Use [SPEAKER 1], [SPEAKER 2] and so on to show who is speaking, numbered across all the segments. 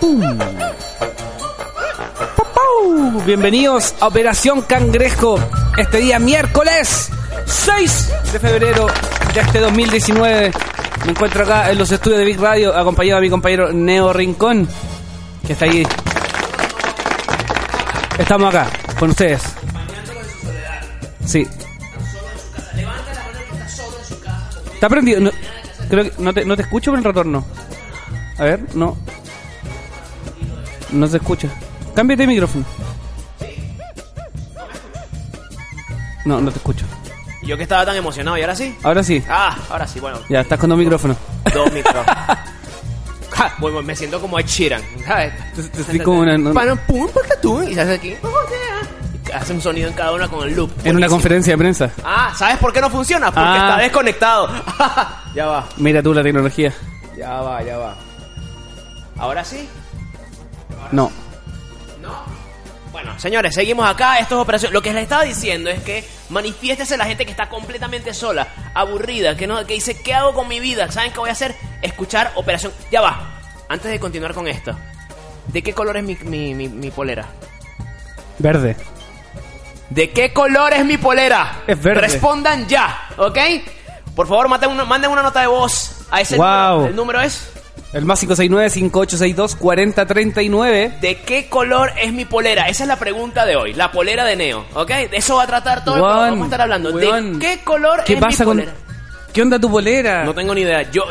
[SPEAKER 1] ¡Pum! ¡Pau! Bienvenidos a Operación Cangrejo, este día miércoles 6 de febrero de este 2019. Me encuentro acá en los estudios de Big Radio, acompañado de mi compañero Neo Rincón, que está ahí. Estamos acá, con ustedes. Sí. ¿Está prendido? No, creo que no te, no te escucho por el retorno. A ver, no. No se escucha. Cámbiate de micrófono. No, no te escucho.
[SPEAKER 2] Yo que estaba tan emocionado, ¿y ahora sí?
[SPEAKER 1] Ahora sí.
[SPEAKER 2] Ah, ahora sí, bueno,
[SPEAKER 1] Ya, estás con dos micrófonos.
[SPEAKER 2] dos micrófonos. Ja, bueno, me siento como Ed Sheeran, ¿sabes?
[SPEAKER 1] Te- te estoy como una- no-
[SPEAKER 2] Para un pum, para tú, y se hace aquí. Y Hace un sonido en cada una con el loop.
[SPEAKER 1] En una
[SPEAKER 2] Buenísimo.
[SPEAKER 1] conferencia de prensa.
[SPEAKER 2] Ah, ¿sabes por qué no funciona? Porque
[SPEAKER 1] Ah.
[SPEAKER 2] está desconectado. ya va,
[SPEAKER 1] Mira tú la tecnología.
[SPEAKER 2] ya va, ya va. ¿Ahora sí?
[SPEAKER 1] No.
[SPEAKER 2] ¿No? Bueno, señores, seguimos acá. Esto es operación. Lo que les estaba diciendo es que manifiéstese la gente que está completamente sola, aburrida, que no, que dice qué hago con mi vida. Saben qué voy a hacer? Escuchar operación. Ya va. Antes de continuar con esto, ¿de qué color es mi, mi, mi, mi polera?
[SPEAKER 1] Verde.
[SPEAKER 2] ¿De qué color es mi polera?
[SPEAKER 1] Es verde.
[SPEAKER 2] Respondan ya, ¿ok? Por favor, maten una- manden una nota de voz a ese
[SPEAKER 1] Wow.
[SPEAKER 2] número. El número es
[SPEAKER 1] El más 569-5862-4039.
[SPEAKER 2] ¿De qué color es mi polera? Esa es la pregunta de hoy, la polera de Neo, ¿ok? De eso va a tratar todo el
[SPEAKER 1] Weón,
[SPEAKER 2] mundo. Vamos a estar hablando.
[SPEAKER 1] weón.
[SPEAKER 2] ¿De qué color
[SPEAKER 1] ¿Qué
[SPEAKER 2] es
[SPEAKER 1] pasa
[SPEAKER 2] mi
[SPEAKER 1] con.?
[SPEAKER 2] polera?
[SPEAKER 1] ¿Qué onda tu polera?
[SPEAKER 2] No tengo ni idea. Yo,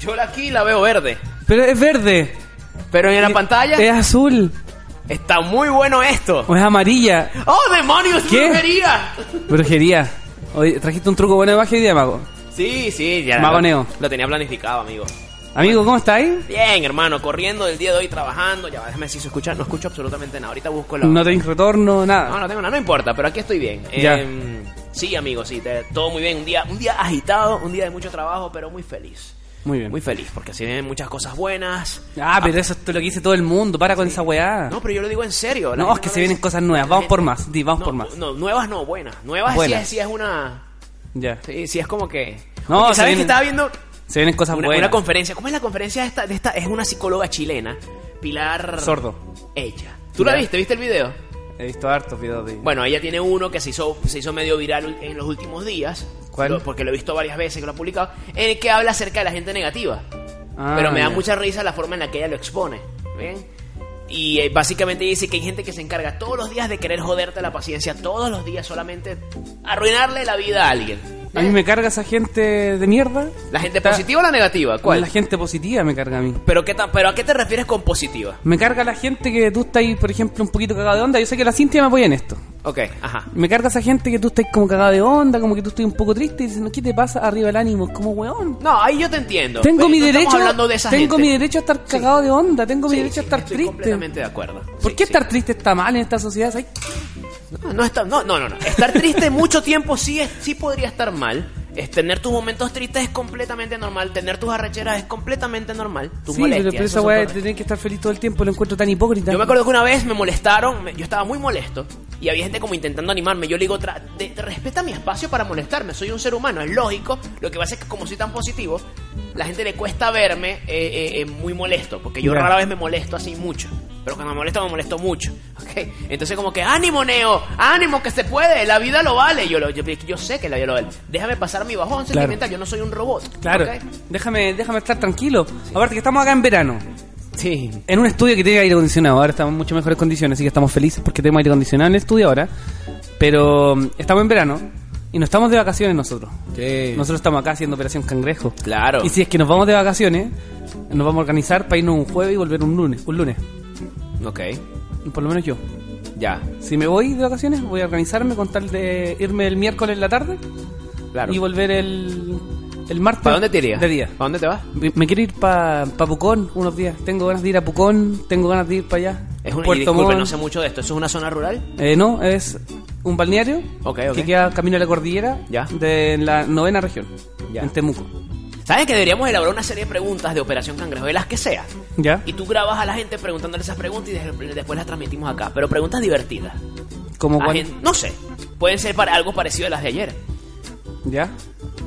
[SPEAKER 2] yo la aquí la veo verde.
[SPEAKER 1] Pero es verde.
[SPEAKER 2] Pero en la
[SPEAKER 1] Y-
[SPEAKER 2] pantalla
[SPEAKER 1] Es azul.
[SPEAKER 2] está muy bueno esto.
[SPEAKER 1] O es amarilla.
[SPEAKER 2] ¡Oh, demonios!
[SPEAKER 1] ¿Qué?
[SPEAKER 2] ¡Brujería!
[SPEAKER 1] Brujería. Oye, trajiste un truco bueno de magia y de mago.
[SPEAKER 2] Sí, sí, ya.
[SPEAKER 1] Mago Neo.
[SPEAKER 2] Lo tenía planificado, amigo.
[SPEAKER 1] Amigo, ¿cómo estáis?
[SPEAKER 2] Bien, hermano, corriendo del día de hoy, trabajando. Ya, va, déjame decir, si se escucha, no escucho absolutamente nada. Ahorita busco la...
[SPEAKER 1] No tenéis retorno,
[SPEAKER 2] No,
[SPEAKER 1] nada.
[SPEAKER 2] no tengo nada, no importa, pero aquí estoy bien.
[SPEAKER 1] Ya.
[SPEAKER 2] Em, sí, amigo, sí, te- todo muy bien. Un día, un día agitado, un día de mucho trabajo, pero muy feliz.
[SPEAKER 1] Muy bien.
[SPEAKER 2] Muy feliz, porque se vienen muchas cosas buenas. Ah,
[SPEAKER 1] Ah, pero eso es lo que dice todo el mundo. Para con esa weá.
[SPEAKER 2] No, pero yo lo digo en serio. la
[SPEAKER 1] No,
[SPEAKER 2] gente
[SPEAKER 1] es que
[SPEAKER 2] lo
[SPEAKER 1] se vienen
[SPEAKER 2] dice.
[SPEAKER 1] cosas nuevas.
[SPEAKER 2] La
[SPEAKER 1] Vamos
[SPEAKER 2] gente-
[SPEAKER 1] por más. Di, vamos
[SPEAKER 2] No,
[SPEAKER 1] por más.
[SPEAKER 2] No, nuevas no, buenas. Nuevas sí
[SPEAKER 1] Buenas.
[SPEAKER 2] es- Sí, es una...
[SPEAKER 1] Ya.
[SPEAKER 2] Sí, sí es como que...
[SPEAKER 1] No,
[SPEAKER 2] Porque,
[SPEAKER 1] se
[SPEAKER 2] ¿Sabes
[SPEAKER 1] vienen-
[SPEAKER 2] que estaba viendo
[SPEAKER 1] Se vienen cosas
[SPEAKER 2] una,
[SPEAKER 1] buenas.
[SPEAKER 2] una conferencia? ¿Cómo es la conferencia esta, de esta? Es una psicóloga chilena, Pilar...
[SPEAKER 1] Sordo.
[SPEAKER 2] Ella. ¿Tú
[SPEAKER 1] Ya.
[SPEAKER 2] la viste? ¿Viste el video?
[SPEAKER 1] He visto hartos videos de.
[SPEAKER 2] Bueno, ella tiene uno que se hizo, se hizo medio viral en los últimos días.
[SPEAKER 1] ¿Cuál?
[SPEAKER 2] Lo- porque lo he visto varias veces que lo ha publicado. En el que habla acerca de la gente negativa.
[SPEAKER 1] Ah,
[SPEAKER 2] Pero me da
[SPEAKER 1] ya.
[SPEAKER 2] mucha risa la forma en la que ella lo expone. ¿Bien? Y eh, básicamente dice que hay gente que se encarga todos los días de querer joderte la paciencia. Todos los días solamente arruinarle la vida a alguien.
[SPEAKER 1] A mí me carga esa gente de mierda.
[SPEAKER 2] ¿La gente
[SPEAKER 1] Está-
[SPEAKER 2] positiva o la negativa? ¿Cuál?
[SPEAKER 1] La gente positiva me carga a mí.
[SPEAKER 2] ¿Pero, qué tan- ¿Pero a qué te refieres con positiva?
[SPEAKER 1] Me carga la gente que tú estás, por ejemplo, un poquito cagado de onda. Yo sé que la Cintia me apoya en esto.
[SPEAKER 2] Ok, ajá.
[SPEAKER 1] Me carga esa gente que tú estás como cagado de onda, como que tú estás un poco triste y dices, "No, ¿qué te pasa? Arriba el ánimo, es como weón.
[SPEAKER 2] No, ahí yo te entiendo.
[SPEAKER 1] Tengo
[SPEAKER 2] Pero
[SPEAKER 1] mi
[SPEAKER 2] no estamos
[SPEAKER 1] derecho,
[SPEAKER 2] hablando de esa
[SPEAKER 1] tengo
[SPEAKER 2] gente.
[SPEAKER 1] mi derecho a estar cagado de onda, tengo mi
[SPEAKER 2] Sí,
[SPEAKER 1] derecho
[SPEAKER 2] sí,
[SPEAKER 1] a estar
[SPEAKER 2] estoy
[SPEAKER 1] triste.
[SPEAKER 2] completamente de acuerdo.
[SPEAKER 1] ¿Por
[SPEAKER 2] Sí,
[SPEAKER 1] qué
[SPEAKER 2] sí.
[SPEAKER 1] estar triste está mal en esta sociedad? ¿Sabes?
[SPEAKER 2] No, no, está- no, no, no, no. Estar triste mucho tiempo sí, es- sí podría estar mal. Es tener tus momentos tristes es completamente normal. Tener tus arrecheras es completamente normal. Tus
[SPEAKER 1] Sí,
[SPEAKER 2] molestias,
[SPEAKER 1] pero, pero
[SPEAKER 2] eso
[SPEAKER 1] esa
[SPEAKER 2] son
[SPEAKER 1] weá de
[SPEAKER 2] correctas.
[SPEAKER 1] tener que estar feliz todo el tiempo lo encuentro tan hipócrita.
[SPEAKER 2] Yo me acuerdo que una vez me molestaron, me- yo estaba muy molesto y había gente como intentando animarme. Yo le digo, "Tra- de- de- respeta mi espacio para molestarme, soy un ser humano, es lógico. Lo que pasa es que como soy tan positivo, la gente le cuesta verme eh, eh, eh, muy molesto, porque yo
[SPEAKER 1] Ya.
[SPEAKER 2] rara vez me molesto así mucho. Pero cuando me molesto, me molesto mucho. ¿ok? Entonces como que, ánimo, Neo, ánimo, que se puede, la vida lo vale. Yo, lo- yo, yo sé que la vida lo vale. Déjame pasar mi bajón sentimental, yo no soy un robot.
[SPEAKER 1] Claro,
[SPEAKER 2] ¿ok?
[SPEAKER 1] déjame, déjame estar tranquilo. Aparte que estamos acá en verano.
[SPEAKER 2] Sí.
[SPEAKER 1] En un estudio que tiene aire acondicionado, ahora estamos en mucho mejores condiciones, así que estamos felices porque tenemos aire acondicionado en el estudio ahora. Pero mm, estamos en verano y no estamos de vacaciones nosotros. Nosotros estamos acá haciendo Operación Cangrejo.
[SPEAKER 2] Claro.
[SPEAKER 1] Y si es que nos vamos de vacaciones, nos vamos a organizar para irnos un jueves y volver un lunes. Un lunes,
[SPEAKER 2] Ok,
[SPEAKER 1] por lo menos yo.
[SPEAKER 2] ya.
[SPEAKER 1] Si me voy de vacaciones, voy a organizarme con tal de irme el miércoles en la tarde y volver el, el martes.
[SPEAKER 2] ¿Para dónde te irías?
[SPEAKER 1] De día.
[SPEAKER 2] ¿Para dónde te vas?
[SPEAKER 1] Me me quiero ir para Pucón unos días. Tengo ganas de ir a Pucón, tengo ganas de ir para allá.
[SPEAKER 2] Es una, y
[SPEAKER 1] Puerto
[SPEAKER 2] disculpe,
[SPEAKER 1] Montt.
[SPEAKER 2] no sé mucho de esto. ¿Eso es una zona rural?
[SPEAKER 1] Eh, no, es un balneario
[SPEAKER 2] Ok, ok.
[SPEAKER 1] que queda camino a la cordillera
[SPEAKER 2] Ya.
[SPEAKER 1] de la novena región,
[SPEAKER 2] Ya.
[SPEAKER 1] en Temuco.
[SPEAKER 2] ¿Saben que deberíamos elaborar una serie de preguntas de Operación Cangrejo, de las que sea?
[SPEAKER 1] ¿Ya?
[SPEAKER 2] Y tú grabas a la gente preguntándole esas preguntas y de- después las transmitimos acá. Pero preguntas divertidas.
[SPEAKER 1] Como
[SPEAKER 2] A
[SPEAKER 1] cuan-
[SPEAKER 2] gente- no sé. Pueden ser para algo parecido a las de ayer.
[SPEAKER 1] ¿Ya?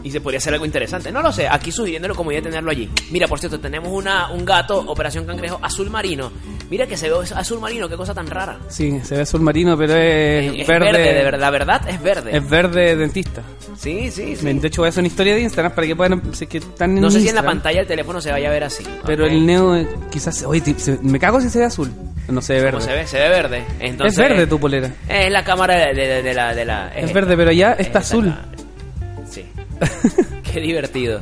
[SPEAKER 2] y se podría hacer algo interesante. No lo sé, aquí sugiriéndolo como idea tenerlo allí. Mira, por cierto, tenemos una, un gato, Operación Cangrejo, azul marino. Mira que se ve azul marino, qué cosa tan rara.
[SPEAKER 1] Sí, se ve azul marino, pero es,
[SPEAKER 2] Es
[SPEAKER 1] verde.
[SPEAKER 2] de verdad, la verdad es verde.
[SPEAKER 1] Es verde dentista.
[SPEAKER 2] Sí, sí, sí.
[SPEAKER 1] De hecho, voy a hacer una historia de Instagram para que puedan. si es que están en
[SPEAKER 2] No sé si en la
[SPEAKER 1] Instagram,
[SPEAKER 2] pantalla del teléfono se vaya a ver así.
[SPEAKER 1] Pero
[SPEAKER 2] Ok.
[SPEAKER 1] el neo eh, quizás. se- Oye, ti- se- me cago si se ve azul. No se ve
[SPEAKER 2] ¿Cómo
[SPEAKER 1] verde.
[SPEAKER 2] se ve? Se ve verde.
[SPEAKER 1] es
[SPEAKER 2] Entonces,
[SPEAKER 1] verde tu polera.
[SPEAKER 2] Es la cámara de, de- de la... de la- eh,
[SPEAKER 1] Es verde, pero ya
[SPEAKER 2] es
[SPEAKER 1] está
[SPEAKER 2] esta
[SPEAKER 1] azul.
[SPEAKER 2] cámara. Sí. Qué divertido.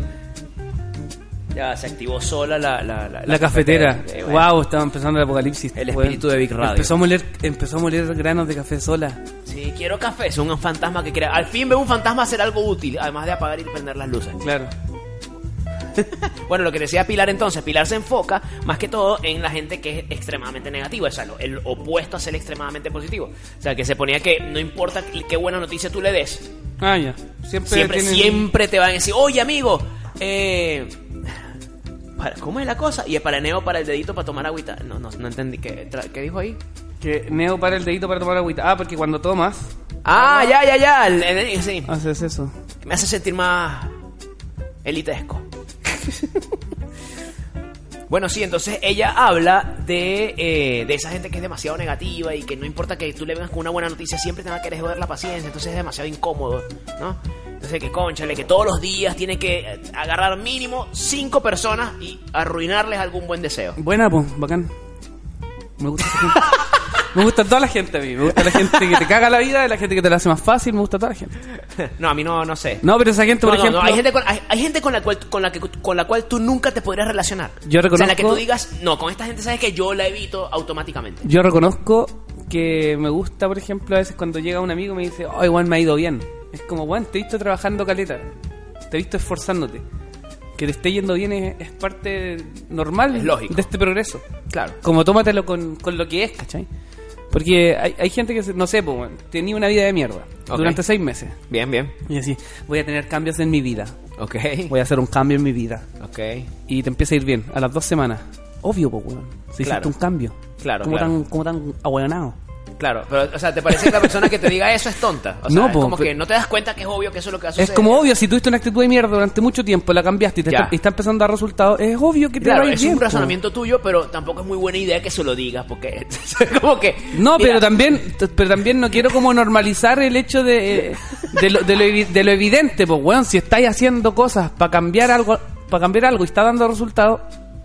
[SPEAKER 2] Ya, se activó sola la... La, la-
[SPEAKER 1] La
[SPEAKER 2] la
[SPEAKER 1] cafetera.
[SPEAKER 2] Eh, bueno.
[SPEAKER 1] Wow, estaba empezando el apocalipsis.
[SPEAKER 2] El
[SPEAKER 1] weón.
[SPEAKER 2] espíritu de Big Radio.
[SPEAKER 1] Empezó a moler, empezó a moler granos de café sola.
[SPEAKER 2] Sí, quiero café. Es un fantasma que quiera... Al fin veo un fantasma hacer algo útil, además de apagar y prender las luces.
[SPEAKER 1] Claro.
[SPEAKER 2] Bueno, lo que decía Pilar entonces, Pilar se enfoca más que todo en la gente que es extremadamente negativa, o sea, lo- el opuesto a ser extremadamente positivo. O sea, que se ponía que no importa qué buena noticia tú le des,
[SPEAKER 1] Ah, ya. Siempre,
[SPEAKER 2] siempre,
[SPEAKER 1] tienen-
[SPEAKER 2] siempre te van a decir, oye amigo, eh, para- ¿cómo es la cosa? Y el paraneo para el dedito para tomar agüita. No, no, no entendí qué, tra- qué dijo ahí.
[SPEAKER 1] Que Neo para el dedito para tomar agüita. Ah, porque cuando tomas,
[SPEAKER 2] Ah, ya, ya, ya. el- el- el- sí.
[SPEAKER 1] haces eso.
[SPEAKER 2] Me hace sentir más elitesco. bueno, sí, entonces ella habla de, eh, de esa gente que es demasiado negativa y que no importa que tú le vengas con una buena noticia, siempre te va a querer joder la paciencia, entonces es demasiado incómodo, ¿no? Entonces que conchale, que todos los días tiene que eh, agarrar mínimo cinco personas y arruinarles algún buen deseo.
[SPEAKER 1] Buena, pues, bacán. Me gusta esa gente. Me gusta toda la gente a mí. Me gusta la gente que te caga la vida, la gente que te la hace más fácil. Me gusta toda la gente.
[SPEAKER 2] no, a mí no, no sé.
[SPEAKER 1] No, pero esa gente, por
[SPEAKER 2] No,
[SPEAKER 1] ejemplo.
[SPEAKER 2] no, no, hay gente, con, hay, hay gente con la cual con la que con la cual tú nunca te podrías relacionar.
[SPEAKER 1] Yo
[SPEAKER 2] O sea, la que
[SPEAKER 1] reconozco-
[SPEAKER 2] tú digas, no, con esta gente sabes que yo la evito automáticamente.
[SPEAKER 1] Yo reconozco que me gusta, por ejemplo, a veces cuando llega un amigo y me dice, oh, igual me ha ido bien. Es como, Juan, te he visto trabajando caleta. Te he visto esforzándote. Que te esté yendo bien es, es parte normal
[SPEAKER 2] Es lógico.
[SPEAKER 1] de este progreso.
[SPEAKER 2] Claro.
[SPEAKER 1] Como tómatelo con, con lo que es, ¿cachai? Porque hay, hay gente que, se- no sé, pues, weón, tenía una vida de mierda
[SPEAKER 2] Ok.
[SPEAKER 1] durante seis meses.
[SPEAKER 2] Bien, bien.
[SPEAKER 1] Y así, voy a tener cambios en mi vida.
[SPEAKER 2] Ok.
[SPEAKER 1] Voy a hacer un cambio en mi vida.
[SPEAKER 2] Ok.
[SPEAKER 1] Y te empieza a ir bien a las dos semanas. Obvio, pues, weón. Si
[SPEAKER 2] Claro.
[SPEAKER 1] hiciste un cambio.
[SPEAKER 2] Claro,
[SPEAKER 1] ¿Cómo
[SPEAKER 2] claro.
[SPEAKER 1] tan, cómo tan ahueonado?
[SPEAKER 2] Claro, pero, o sea, ¿te parece que la persona que te diga eso es tonta? O sea,
[SPEAKER 1] No,
[SPEAKER 2] es
[SPEAKER 1] po,
[SPEAKER 2] como
[SPEAKER 1] pero-
[SPEAKER 2] que no te das cuenta que es obvio que eso es lo que va a
[SPEAKER 1] Es
[SPEAKER 2] suceder.
[SPEAKER 1] como obvio, si tuviste una actitud de mierda durante mucho tiempo, la cambiaste y te
[SPEAKER 2] Ya.
[SPEAKER 1] está, y está empezando a dar resultados, es obvio que te
[SPEAKER 2] Claro,
[SPEAKER 1] va a ir
[SPEAKER 2] es
[SPEAKER 1] bien,
[SPEAKER 2] un
[SPEAKER 1] po.
[SPEAKER 2] razonamiento tuyo, pero tampoco es muy buena idea que se lo digas, porque es como que...
[SPEAKER 1] No,
[SPEAKER 2] mira,
[SPEAKER 1] pero también, t- pero también no quiero como normalizar el hecho de, eh, de, lo, de, lo, evi- de lo evidente, pues weón, si estáis haciendo cosas para cambiar algo, para cambiar algo y está dando resultados,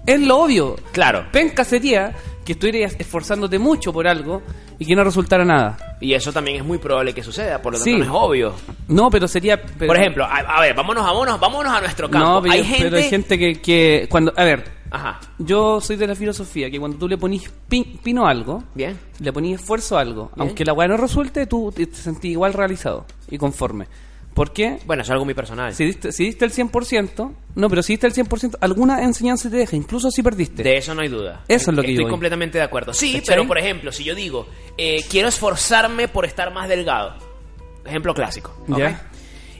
[SPEAKER 1] es lo obvio.
[SPEAKER 2] Claro.
[SPEAKER 1] Penca sería que estuvieras esforzándote mucho por algo y que no resultara nada.
[SPEAKER 2] Y eso también es muy probable que suceda, por lo tanto
[SPEAKER 1] Sí.
[SPEAKER 2] no es obvio.
[SPEAKER 1] No, pero sería pero-
[SPEAKER 2] Por ejemplo, a, a ver, vámonos, vámonos, vámonos a nuestro campo.
[SPEAKER 1] no, pero,
[SPEAKER 2] hay
[SPEAKER 1] pero
[SPEAKER 2] gente...
[SPEAKER 1] hay gente que, que cuando, a ver,
[SPEAKER 2] Ajá,
[SPEAKER 1] yo soy de la filosofía que cuando tú le ponís pin- pino a algo,
[SPEAKER 2] bien.
[SPEAKER 1] le ponís esfuerzo a algo, aunque la weá no resulte, tú te te sentís igual realizado y conforme. ¿Por qué?
[SPEAKER 2] Bueno, eso es algo muy personal.
[SPEAKER 1] Si diste, si diste el 100%, no, pero si diste el 100%, alguna enseñanza te deja, incluso si perdiste.
[SPEAKER 2] De eso no hay duda.
[SPEAKER 1] Eso es lo que yo
[SPEAKER 2] Estoy
[SPEAKER 1] voy.
[SPEAKER 2] completamente de acuerdo. Sí,
[SPEAKER 1] ¿Cachai?
[SPEAKER 2] pero por ejemplo, si yo digo, eh, quiero esforzarme por estar más delgado. Ejemplo clásico. ¿ok?
[SPEAKER 1] Ya.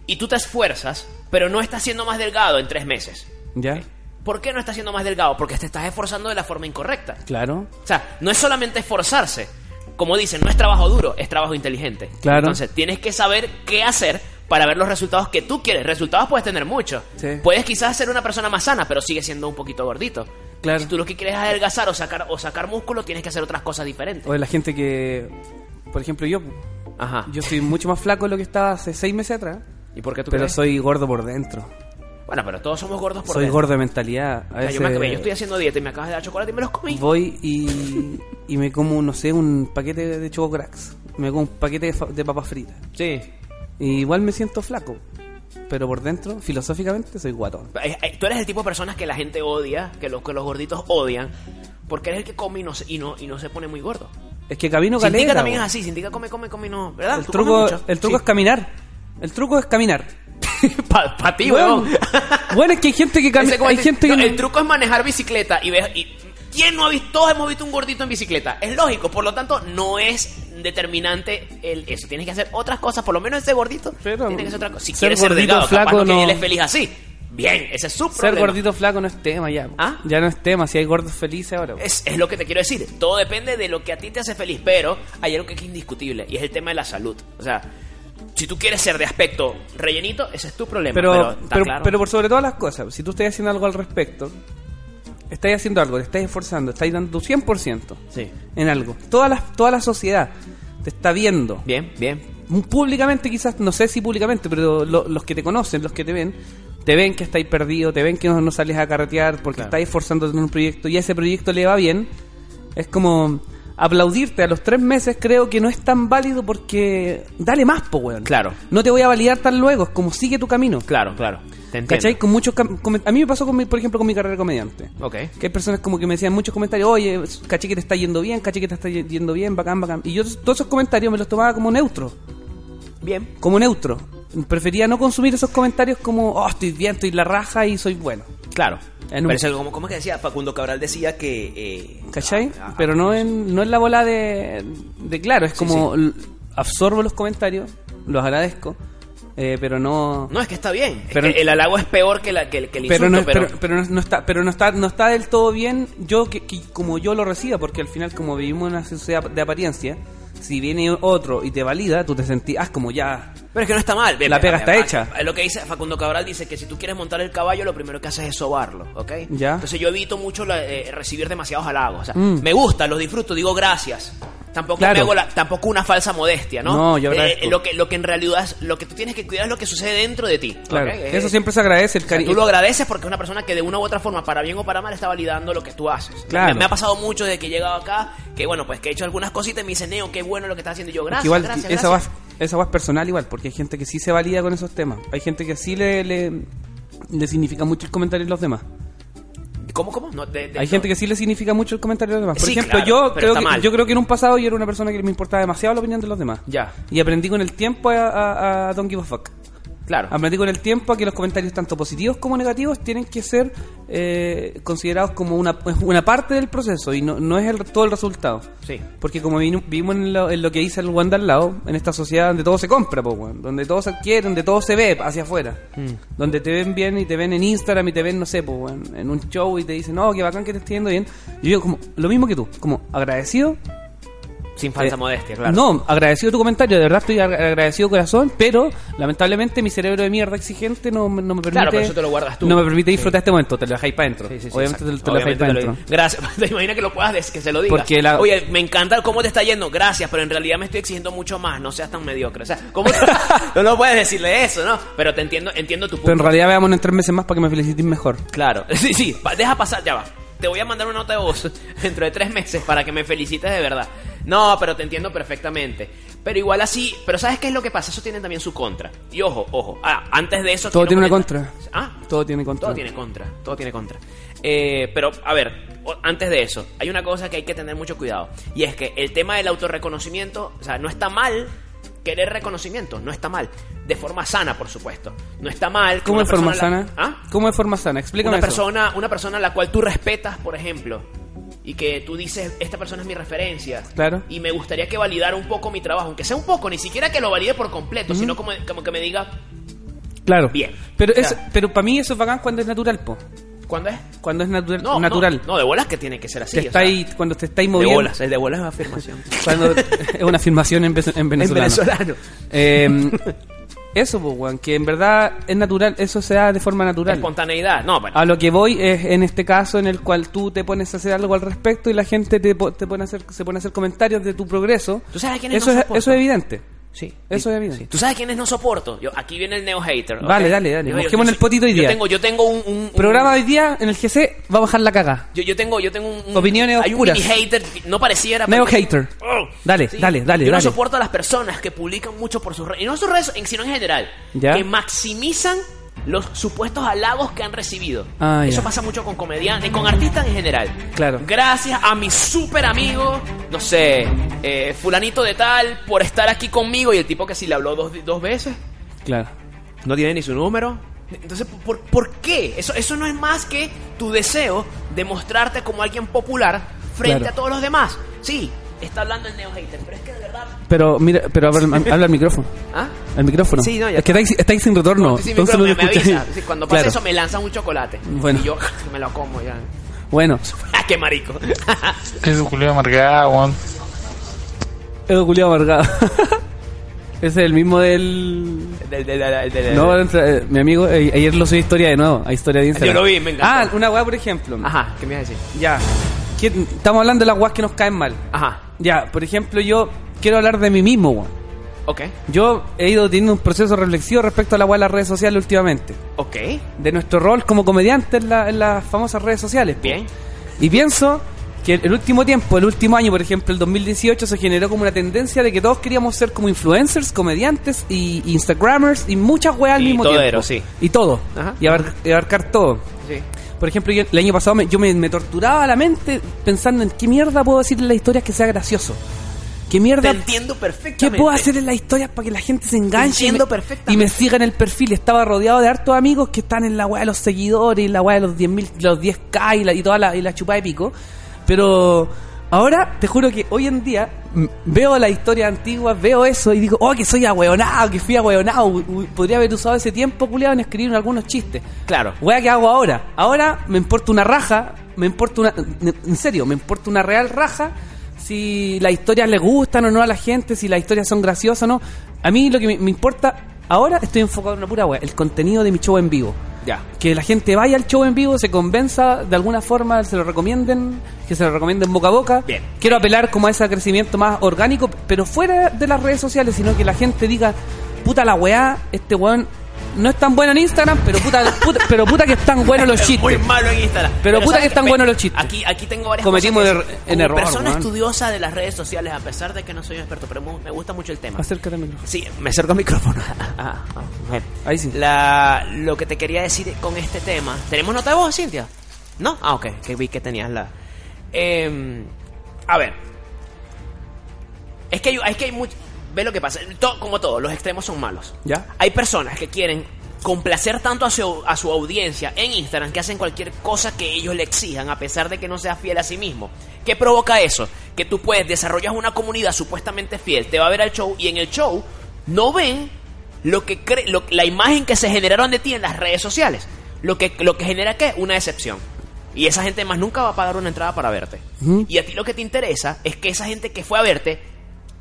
[SPEAKER 2] Y tú te esfuerzas, pero no estás siendo más delgado en tres meses.
[SPEAKER 1] ¿Ya?
[SPEAKER 2] ¿Por qué no estás siendo más delgado? Porque te estás esforzando de la forma incorrecta.
[SPEAKER 1] Claro.
[SPEAKER 2] O sea, no es solamente esforzarse. Como dicen, no es trabajo duro, es trabajo inteligente.
[SPEAKER 1] Claro.
[SPEAKER 2] Entonces, tienes que saber qué hacer para ver los resultados que tú quieres. Resultados puedes tener muchos.
[SPEAKER 1] Sí.
[SPEAKER 2] Puedes quizás ser una persona más sana, pero sigue siendo un poquito gordito.
[SPEAKER 1] Claro.
[SPEAKER 2] Si tú lo que quieres es adelgazar o sacar, o sacar músculo, tienes que hacer otras cosas diferentes.
[SPEAKER 1] O de la gente que, por ejemplo, yo,
[SPEAKER 2] Ajá.
[SPEAKER 1] yo soy mucho más flaco de lo que estaba hace seis meses atrás,
[SPEAKER 2] ¿Y por qué tú
[SPEAKER 1] pero
[SPEAKER 2] crees?
[SPEAKER 1] soy gordo por dentro.
[SPEAKER 2] Bueno, pero todos somos gordos por
[SPEAKER 1] soy
[SPEAKER 2] dentro.
[SPEAKER 1] gordo de mentalidad. A
[SPEAKER 2] O sea,
[SPEAKER 1] veces
[SPEAKER 2] yo, me acabé- yo estoy haciendo dieta y me acabas de dar chocolate y me los comí.
[SPEAKER 1] voy y, y me como, no sé, un paquete de choco cracks, me como un paquete de, fa- de papas fritas.
[SPEAKER 2] Sí.
[SPEAKER 1] Y igual me siento flaco, pero por dentro, filosóficamente, soy guatón.
[SPEAKER 2] Eh, Tú eres el tipo de personas que la gente odia, que los, que los gorditos odian, porque eres el que come y no, se- y no, y no se pone muy gordo.
[SPEAKER 1] Es que camino
[SPEAKER 2] Sindica
[SPEAKER 1] caleta.
[SPEAKER 2] también es
[SPEAKER 1] weón.
[SPEAKER 2] así, Sindica come, come, come, no. ¿Verdad?
[SPEAKER 1] El
[SPEAKER 2] Tú
[SPEAKER 1] truco,
[SPEAKER 2] comes mucho.
[SPEAKER 1] el truco es caminar. El truco es caminar.
[SPEAKER 2] Sí. Pa, pa ti,
[SPEAKER 1] Weón,
[SPEAKER 2] weón.
[SPEAKER 1] weón, es que hay gente que
[SPEAKER 2] Ese
[SPEAKER 1] camina.
[SPEAKER 2] como
[SPEAKER 1] Hay
[SPEAKER 2] te-
[SPEAKER 1] gente que
[SPEAKER 2] no,
[SPEAKER 1] no-
[SPEAKER 2] El truco es manejar bicicleta y ves... Y, ¿Quién no ha visto? Todos hemos visto un gordito en bicicleta. Es lógico, por lo tanto, no es determinante el, eso. Tienes que hacer otras cosas, por lo menos ese gordito
[SPEAKER 1] Pero,
[SPEAKER 2] tiene que hacer otra cosa. Si
[SPEAKER 1] ser
[SPEAKER 2] quieres ser
[SPEAKER 1] gordito,
[SPEAKER 2] delgado, capaz
[SPEAKER 1] flaco,
[SPEAKER 2] no que
[SPEAKER 1] no.
[SPEAKER 2] él es feliz así. Bien, ese es su
[SPEAKER 1] ser
[SPEAKER 2] problema.
[SPEAKER 1] gordito flaco no es tema ya. po.
[SPEAKER 2] ¿Ah?
[SPEAKER 1] Ya no es tema. Si hay gordos felices ahora. po.
[SPEAKER 2] Es, es lo que te quiero decir. Todo depende de lo que a ti te hace feliz. Pero hay algo que es indiscutible y es el tema de la salud. O sea, si tú quieres ser de aspecto rellenito, ese es tu problema.
[SPEAKER 1] Pero,
[SPEAKER 2] Pero,
[SPEAKER 1] pero,
[SPEAKER 2] está
[SPEAKER 1] pero,
[SPEAKER 2] claro.
[SPEAKER 1] por sobre todas las cosas, si tú estás haciendo algo al respecto, estás haciendo algo, te estás esforzando, estás dando tu 100%
[SPEAKER 2] Sí.
[SPEAKER 1] en algo. Toda la, toda la sociedad te está viendo.
[SPEAKER 2] Bien, bien.
[SPEAKER 1] Públicamente quizás, no sé si públicamente, pero lo- los que te conocen, los que te ven, te ven que estáis perdido, te ven que no, no sales a carretear porque
[SPEAKER 2] Claro.
[SPEAKER 1] estás esforzándote en un proyecto y a ese proyecto le va bien. Es como aplaudirte a los tres meses creo que no es tan válido porque dale más, po, weón.
[SPEAKER 2] Claro.
[SPEAKER 1] No te voy a validar tan luego, es como sigue tu camino.
[SPEAKER 2] Claro, claro. Te entiendo.
[SPEAKER 1] ¿Cachai? Con muchos cam- com- a mí me pasó, con mi- por ejemplo, con mi carrera de comediante.
[SPEAKER 2] Ok.
[SPEAKER 1] Que hay personas como que me decían muchos comentarios, oye, caché que te está yendo bien, caché que te está ye- yendo bien, bacán, bacán. Y yo todos esos comentarios me los tomaba como neutro,
[SPEAKER 2] Bien.
[SPEAKER 1] como neutro. Prefería no consumir esos comentarios como, oh, estoy bien, estoy la raja y soy bueno.
[SPEAKER 2] Claro.
[SPEAKER 1] En un-
[SPEAKER 3] Pero eso, como, como que decía, Facundo Cabral decía que... eh,
[SPEAKER 1] ¿Cachai?
[SPEAKER 3] ah, ah,
[SPEAKER 1] Pero no en, no en la bola de, de claro, es como l- absorbo los comentarios, los agradezco, eh, pero no...
[SPEAKER 2] No, es que está bien. Es
[SPEAKER 1] Pero-
[SPEAKER 2] que el halago es peor que, la, que, que el insulto,
[SPEAKER 1] pero
[SPEAKER 2] pero...
[SPEAKER 1] no, pero, pero no- no está pero no está no está del todo bien yo que, que- como yo lo reciba porque al final como vivimos en una sociedad de apariencia si viene otro y te valida tú te sentís ah como ya
[SPEAKER 2] Pero es que no está mal. Ve,
[SPEAKER 1] La
[SPEAKER 2] ve,
[SPEAKER 1] pega
[SPEAKER 2] ve,
[SPEAKER 1] está
[SPEAKER 2] ve,
[SPEAKER 1] hecha.
[SPEAKER 2] ve, Lo que dice Facundo Cabral dice que si tú quieres montar el caballo, lo primero que haces es sobarlo, ¿ok?
[SPEAKER 1] Ya.
[SPEAKER 2] Entonces yo evito mucho la- eh, recibir demasiados halagos. O sea,
[SPEAKER 1] Mm.
[SPEAKER 2] me gusta, los disfruto, digo gracias. Tampoco
[SPEAKER 1] Claro.
[SPEAKER 2] me hago la- tampoco una falsa modestia, ¿no? Eh,
[SPEAKER 1] No, yo agradezco.
[SPEAKER 2] lo que lo que en realidad es- lo que tú tienes que cuidar es lo que sucede dentro de ti.
[SPEAKER 1] claro
[SPEAKER 2] ¿ok?
[SPEAKER 1] eso
[SPEAKER 2] Eh,
[SPEAKER 1] siempre se agradece el
[SPEAKER 2] o sea,
[SPEAKER 1] cariño
[SPEAKER 2] tú lo agradeces porque es una persona que de una u otra forma, para bien o para mal, está validando lo que tú haces.
[SPEAKER 1] Claro.
[SPEAKER 2] Me, me ha pasado mucho desde que he llegado acá, que bueno, pues que he hecho algunas cositas y me dicen, Neo, qué bueno lo que estás haciendo. Y yo,
[SPEAKER 1] Porque
[SPEAKER 2] gracias,
[SPEAKER 1] igual
[SPEAKER 2] gracias,
[SPEAKER 1] esa va
[SPEAKER 2] gracias".
[SPEAKER 1] esa va personal igual porque hay gente que sí se valida con esos temas hay gente que sí le le, le significa mucho el comentario de los demás
[SPEAKER 2] ¿Cómo, cómo? No, de- de-
[SPEAKER 1] hay
[SPEAKER 2] no.
[SPEAKER 1] gente que sí le significa mucho el comentario de los demás por
[SPEAKER 2] Sí,
[SPEAKER 1] ejemplo
[SPEAKER 2] claro,
[SPEAKER 1] yo
[SPEAKER 2] pero
[SPEAKER 1] creo
[SPEAKER 2] está
[SPEAKER 1] que,
[SPEAKER 2] mal.
[SPEAKER 1] yo creo que en un pasado yo era una persona que me importaba demasiado la opinión de los demás
[SPEAKER 2] Ya.
[SPEAKER 1] y aprendí con el tiempo a, a, a don't give a fuck
[SPEAKER 2] Claro.
[SPEAKER 1] Aprendí con el tiempo a que los comentarios tanto positivos como negativos tienen que ser eh, considerados como una, una parte del proceso y no, no es el, todo el resultado.
[SPEAKER 2] Sí.
[SPEAKER 1] Porque como vino- vivimos en lo, en lo que dice el Wanda al lado, en esta sociedad donde todo se compra, po, weón, donde todo se adquiere, donde todo se ve hacia afuera,
[SPEAKER 2] Mm.
[SPEAKER 1] donde te ven bien y te ven en Instagram y te ven, no sé, po, weón, en un show y te dicen, no, qué bacán que te esté yendo bien. Yo digo como, lo mismo que tú, como agradecido
[SPEAKER 2] Sin falsa
[SPEAKER 1] eh,
[SPEAKER 2] modestia, claro.
[SPEAKER 1] No, agradecido tu comentario, de verdad estoy ag- agradecido corazón, pero lamentablemente mi cerebro de mierda exigente no, me- no me permite.
[SPEAKER 2] Claro, pero eso te lo guardas tú.
[SPEAKER 1] No me permite disfrutar este momento, te lo dejáis para adentro.
[SPEAKER 2] Sí, sí, sí,
[SPEAKER 1] Obviamente
[SPEAKER 2] exacto.
[SPEAKER 1] te, lo dejáis
[SPEAKER 2] Obviamente
[SPEAKER 1] para
[SPEAKER 2] te lo
[SPEAKER 1] adentro.
[SPEAKER 2] digo. Gracias. Te imaginas que lo puedas decir, que se lo digas.
[SPEAKER 1] Porque la-
[SPEAKER 2] Oye, me encanta cómo te está yendo. Gracias, pero en realidad me estoy exigiendo mucho más. No seas tan mediocre. O sea, ¿cómo te- no, no puedes decirle eso, ¿no? Pero te entiendo, entiendo tu punto.
[SPEAKER 1] Pero en realidad veámonos en tres meses más para que me felicites mejor.
[SPEAKER 2] Claro. Sí, sí. pa- Deja pasar, ya va. Te voy a mandar una nota de voz dentro de tres meses para que me felicites de verdad. No, pero te entiendo perfectamente. Pero igual así, pero ¿sabes qué es lo que pasa? Eso tiene también su contra. Y ojo, ojo. Ah, antes de eso...
[SPEAKER 1] Todo
[SPEAKER 2] quiero
[SPEAKER 1] tiene una
[SPEAKER 2] comentar-
[SPEAKER 1] contra.
[SPEAKER 2] Ah,
[SPEAKER 1] Todo tiene control.
[SPEAKER 2] todo tiene contra, todo tiene contra. Eh, pero, a ver, o- antes de eso, hay una cosa que hay que tener mucho cuidado. Y es que el tema del autorreconocimiento, o sea, no está mal querer reconocimiento, no está mal. De forma sana, por supuesto. No está mal. que
[SPEAKER 1] ¿Cómo
[SPEAKER 2] una
[SPEAKER 1] de forma
[SPEAKER 2] persona
[SPEAKER 1] sana?
[SPEAKER 2] la- ¿Ah?
[SPEAKER 1] ¿Cómo de forma sana? Explícame
[SPEAKER 2] Una
[SPEAKER 1] eso.
[SPEAKER 2] persona, una persona a la cual tú respetas, por ejemplo, y que tú dices, esta persona es mi referencia.
[SPEAKER 1] Claro.
[SPEAKER 2] Y me gustaría que validara un poco mi trabajo, aunque sea un poco, ni siquiera que lo valide por completo, sino como, como que me diga,
[SPEAKER 1] Claro.
[SPEAKER 2] Bien.
[SPEAKER 1] Pero,
[SPEAKER 2] Claro.
[SPEAKER 1] eso- pero para mí eso es bacán cuando es natural, po.
[SPEAKER 2] ¿cuándo es?
[SPEAKER 1] Cuando es natural.
[SPEAKER 2] No,
[SPEAKER 1] natural.
[SPEAKER 2] No, no, de bolas que tiene que ser así.
[SPEAKER 1] Te
[SPEAKER 2] o sea,
[SPEAKER 1] estáis- cuando te estáis
[SPEAKER 2] de
[SPEAKER 1] moviendo.
[SPEAKER 2] bolas, el de bolas es una afirmación.
[SPEAKER 1] Cuando- es una afirmación en, ve- en venezolano.
[SPEAKER 2] venezolano.
[SPEAKER 1] Eh, eso, pues, weón, que en verdad es natural, eso se da de forma natural.
[SPEAKER 2] Espontaneidad. No, bueno.
[SPEAKER 1] A lo que voy es en este caso en el cual tú te pones a hacer algo al respecto y la gente te, po- te pone a hacer, se pone a hacer comentarios de tu progreso.
[SPEAKER 2] ¿Tú sabes a quiénes
[SPEAKER 1] eso,
[SPEAKER 2] no
[SPEAKER 1] es,
[SPEAKER 2] soporto?
[SPEAKER 1] eso es evidente.
[SPEAKER 2] Sí.
[SPEAKER 1] Eso es evidente.
[SPEAKER 2] ¿Tú sabes quiénes no soporto? Yo, aquí viene el neo hater. ¿ok?
[SPEAKER 1] Vale, dale, dale. Busquemos el
[SPEAKER 2] soy-
[SPEAKER 1] potito hoy
[SPEAKER 2] yo
[SPEAKER 1] día.
[SPEAKER 2] Tengo, yo tengo un, un- un-
[SPEAKER 1] Programa de hoy día en el GC va a bajar la caga.
[SPEAKER 2] Yo, yo tengo, yo tengo un, un-
[SPEAKER 1] Opiniones
[SPEAKER 2] hay
[SPEAKER 1] oscuras.
[SPEAKER 2] un mini hater, que no pareciera.
[SPEAKER 1] Neo
[SPEAKER 2] porque-
[SPEAKER 1] hater.
[SPEAKER 2] Oh,
[SPEAKER 1] Dale, dale, dale,
[SPEAKER 2] Yo
[SPEAKER 1] dale.
[SPEAKER 2] no soporto a las personas que publican mucho por sus redes, y no sus redes, sino en general,
[SPEAKER 1] Ya.
[SPEAKER 2] que maximizan los supuestos halagos que han recibido.
[SPEAKER 1] Ah,
[SPEAKER 2] Eso
[SPEAKER 1] ya.
[SPEAKER 2] pasa mucho con comediantes, con artistas en general.
[SPEAKER 1] Claro.
[SPEAKER 2] Gracias a mi super amigo, no sé, eh, fulanito de tal, por estar aquí conmigo y el tipo que si le habló dos, dos veces.
[SPEAKER 1] Claro.
[SPEAKER 2] No tiene ni su número. Entonces, ¿por, por qué? Eso, eso no es más que tu deseo de mostrarte como alguien popular frente
[SPEAKER 1] Claro.
[SPEAKER 2] a todos los demás. Sí, está hablando el neo hater, pero es que de verdad.
[SPEAKER 1] Pero mira, pero habla, habla el micrófono.
[SPEAKER 2] ¿ah,
[SPEAKER 1] El micrófono.
[SPEAKER 2] Sí, no, ya
[SPEAKER 1] es que
[SPEAKER 2] está.
[SPEAKER 1] estáis, estáis sin retorno.
[SPEAKER 2] sí,
[SPEAKER 1] entonces
[SPEAKER 2] micro-
[SPEAKER 1] no lo
[SPEAKER 2] me, me
[SPEAKER 1] escucháis.
[SPEAKER 2] avisa. Sí, cuando pasa
[SPEAKER 1] Claro.
[SPEAKER 2] eso, me lanza un chocolate.
[SPEAKER 1] Bueno.
[SPEAKER 2] Y yo me lo como ya.
[SPEAKER 1] Bueno,
[SPEAKER 2] ¡Ah, qué marico!
[SPEAKER 4] Es un culiao amargado, weón.
[SPEAKER 1] Edo culiao amargado. Ese es el mismo del.
[SPEAKER 2] Del- del- del- del-
[SPEAKER 1] No, entra- eh, mi amigo, eh, ayer lo subí historia de nuevo, a historia de Instagram.
[SPEAKER 2] Yo lo vi, me encantó.
[SPEAKER 1] Ah, una weá, por ejemplo.
[SPEAKER 2] Ajá, ¿qué me vas a decir?
[SPEAKER 1] Ya. ¿Qué- Estamos hablando de las weas que nos caen mal.
[SPEAKER 2] Ajá,
[SPEAKER 1] Ya, por ejemplo, yo quiero hablar de mí mismo, weón.
[SPEAKER 2] ok,
[SPEAKER 1] Yo he ido teniendo un proceso reflexivo respecto a la weá de las redes sociales últimamente.
[SPEAKER 2] ok,
[SPEAKER 1] De nuestro rol como comediante en, la- en las famosas redes sociales. po.
[SPEAKER 2] bien.
[SPEAKER 1] Y pienso que el, el último tiempo, el último año, por ejemplo, el 2018, se generó como una tendencia de que todos queríamos ser como influencers, comediantes y, y instagramers y muchas weas al
[SPEAKER 2] Y
[SPEAKER 1] mismo tiempo.
[SPEAKER 2] todero, sí.
[SPEAKER 1] Y todo.
[SPEAKER 2] Ajá.
[SPEAKER 1] Y, abar- y abarcar todo.
[SPEAKER 2] Sí.
[SPEAKER 1] Por ejemplo, yo- el año pasado me- yo me, me torturaba la mente pensando en qué mierda puedo decir en las historias que sea gracioso. ¿Qué
[SPEAKER 2] Te
[SPEAKER 1] mierda
[SPEAKER 2] entiendo
[SPEAKER 1] ¿Qué
[SPEAKER 2] perfectamente.
[SPEAKER 1] puedo hacer en las historias para que la gente se enganche y me,
[SPEAKER 2] Entiendo
[SPEAKER 1] y
[SPEAKER 2] perfectamente.
[SPEAKER 1] me siga en el perfil? Estaba rodeado de hartos amigos que están en la weá de los seguidores, y la weá de los 10.000, los 10k y la, y toda la, y la chupada de pico. Pero ahora te juro que hoy en día mm, veo las historias antiguas, veo eso y digo, oh, que soy ahueonado, que fui ahueonado. Uy, uy, Podría haber usado ese tiempo, culiado, en escribir algunos chistes.
[SPEAKER 2] Claro.
[SPEAKER 1] Wea que hago ahora. Ahora me importa una raja, me importa una. En serio, me importa una real raja si las historias le gustan o no a la gente, si las historias son graciosas o no. A mí lo que me, me importa ahora estoy enfocado en una pura wea, el contenido de mi show en vivo.
[SPEAKER 2] Ya.
[SPEAKER 1] Que la gente vaya al show en vivo, se convenza de alguna forma, se lo recomienden, que se lo recomienden boca a boca.
[SPEAKER 2] Bien.
[SPEAKER 1] Quiero apelar como a ese crecimiento más orgánico, pero fuera de las redes sociales, sino que la gente diga, puta la weá, este weón no es tan bueno en Instagram, pero puta, puta- pero puta que están buenos los
[SPEAKER 2] Muy
[SPEAKER 1] chistes.
[SPEAKER 2] malo en Instagram.
[SPEAKER 1] Pero puta
[SPEAKER 2] ¿sabes
[SPEAKER 1] que están
[SPEAKER 2] qué?
[SPEAKER 1] buenos los chistes.
[SPEAKER 2] Aquí, aquí tengo varias
[SPEAKER 1] Cometimos
[SPEAKER 2] cosas que
[SPEAKER 1] er-
[SPEAKER 2] decir.
[SPEAKER 1] en
[SPEAKER 2] Como
[SPEAKER 1] error,
[SPEAKER 2] persona
[SPEAKER 1] weón.
[SPEAKER 2] estudiosa de las redes sociales, a pesar de que no soy un experto, pero me me gusta mucho el tema.
[SPEAKER 1] Acércate al micrófono.
[SPEAKER 2] Sí, me acerco al micrófono. Ah, ah, bien.
[SPEAKER 1] Ahí sí.
[SPEAKER 2] La, lo que te quería decir con este tema. ¿Tenemos nota de voz, Cintia? ¿No? Ah, ok, que vi que tenías la. Em, a ver. Es que hay, es que hay mucho. Ve lo que pasa. To- como todo, los extremos son malos.
[SPEAKER 1] ¿Ya?
[SPEAKER 2] Hay personas que quieren complacer tanto a su, a su audiencia en Instagram que hacen cualquier cosa que ellos le exijan a pesar de que no sea fiel a sí mismo. ¿Qué provoca eso? Que tú puedes desarrollas una comunidad supuestamente fiel, te va a ver al show y en el show no ven lo que cre- lo- la imagen que se generaron de ti en las redes sociales. Lo que, lo que genera qué? Una decepción. Y esa gente más nunca va a pagar una entrada para verte.
[SPEAKER 1] Ujú.
[SPEAKER 2] Y a ti lo que te interesa es que esa gente que fue a verte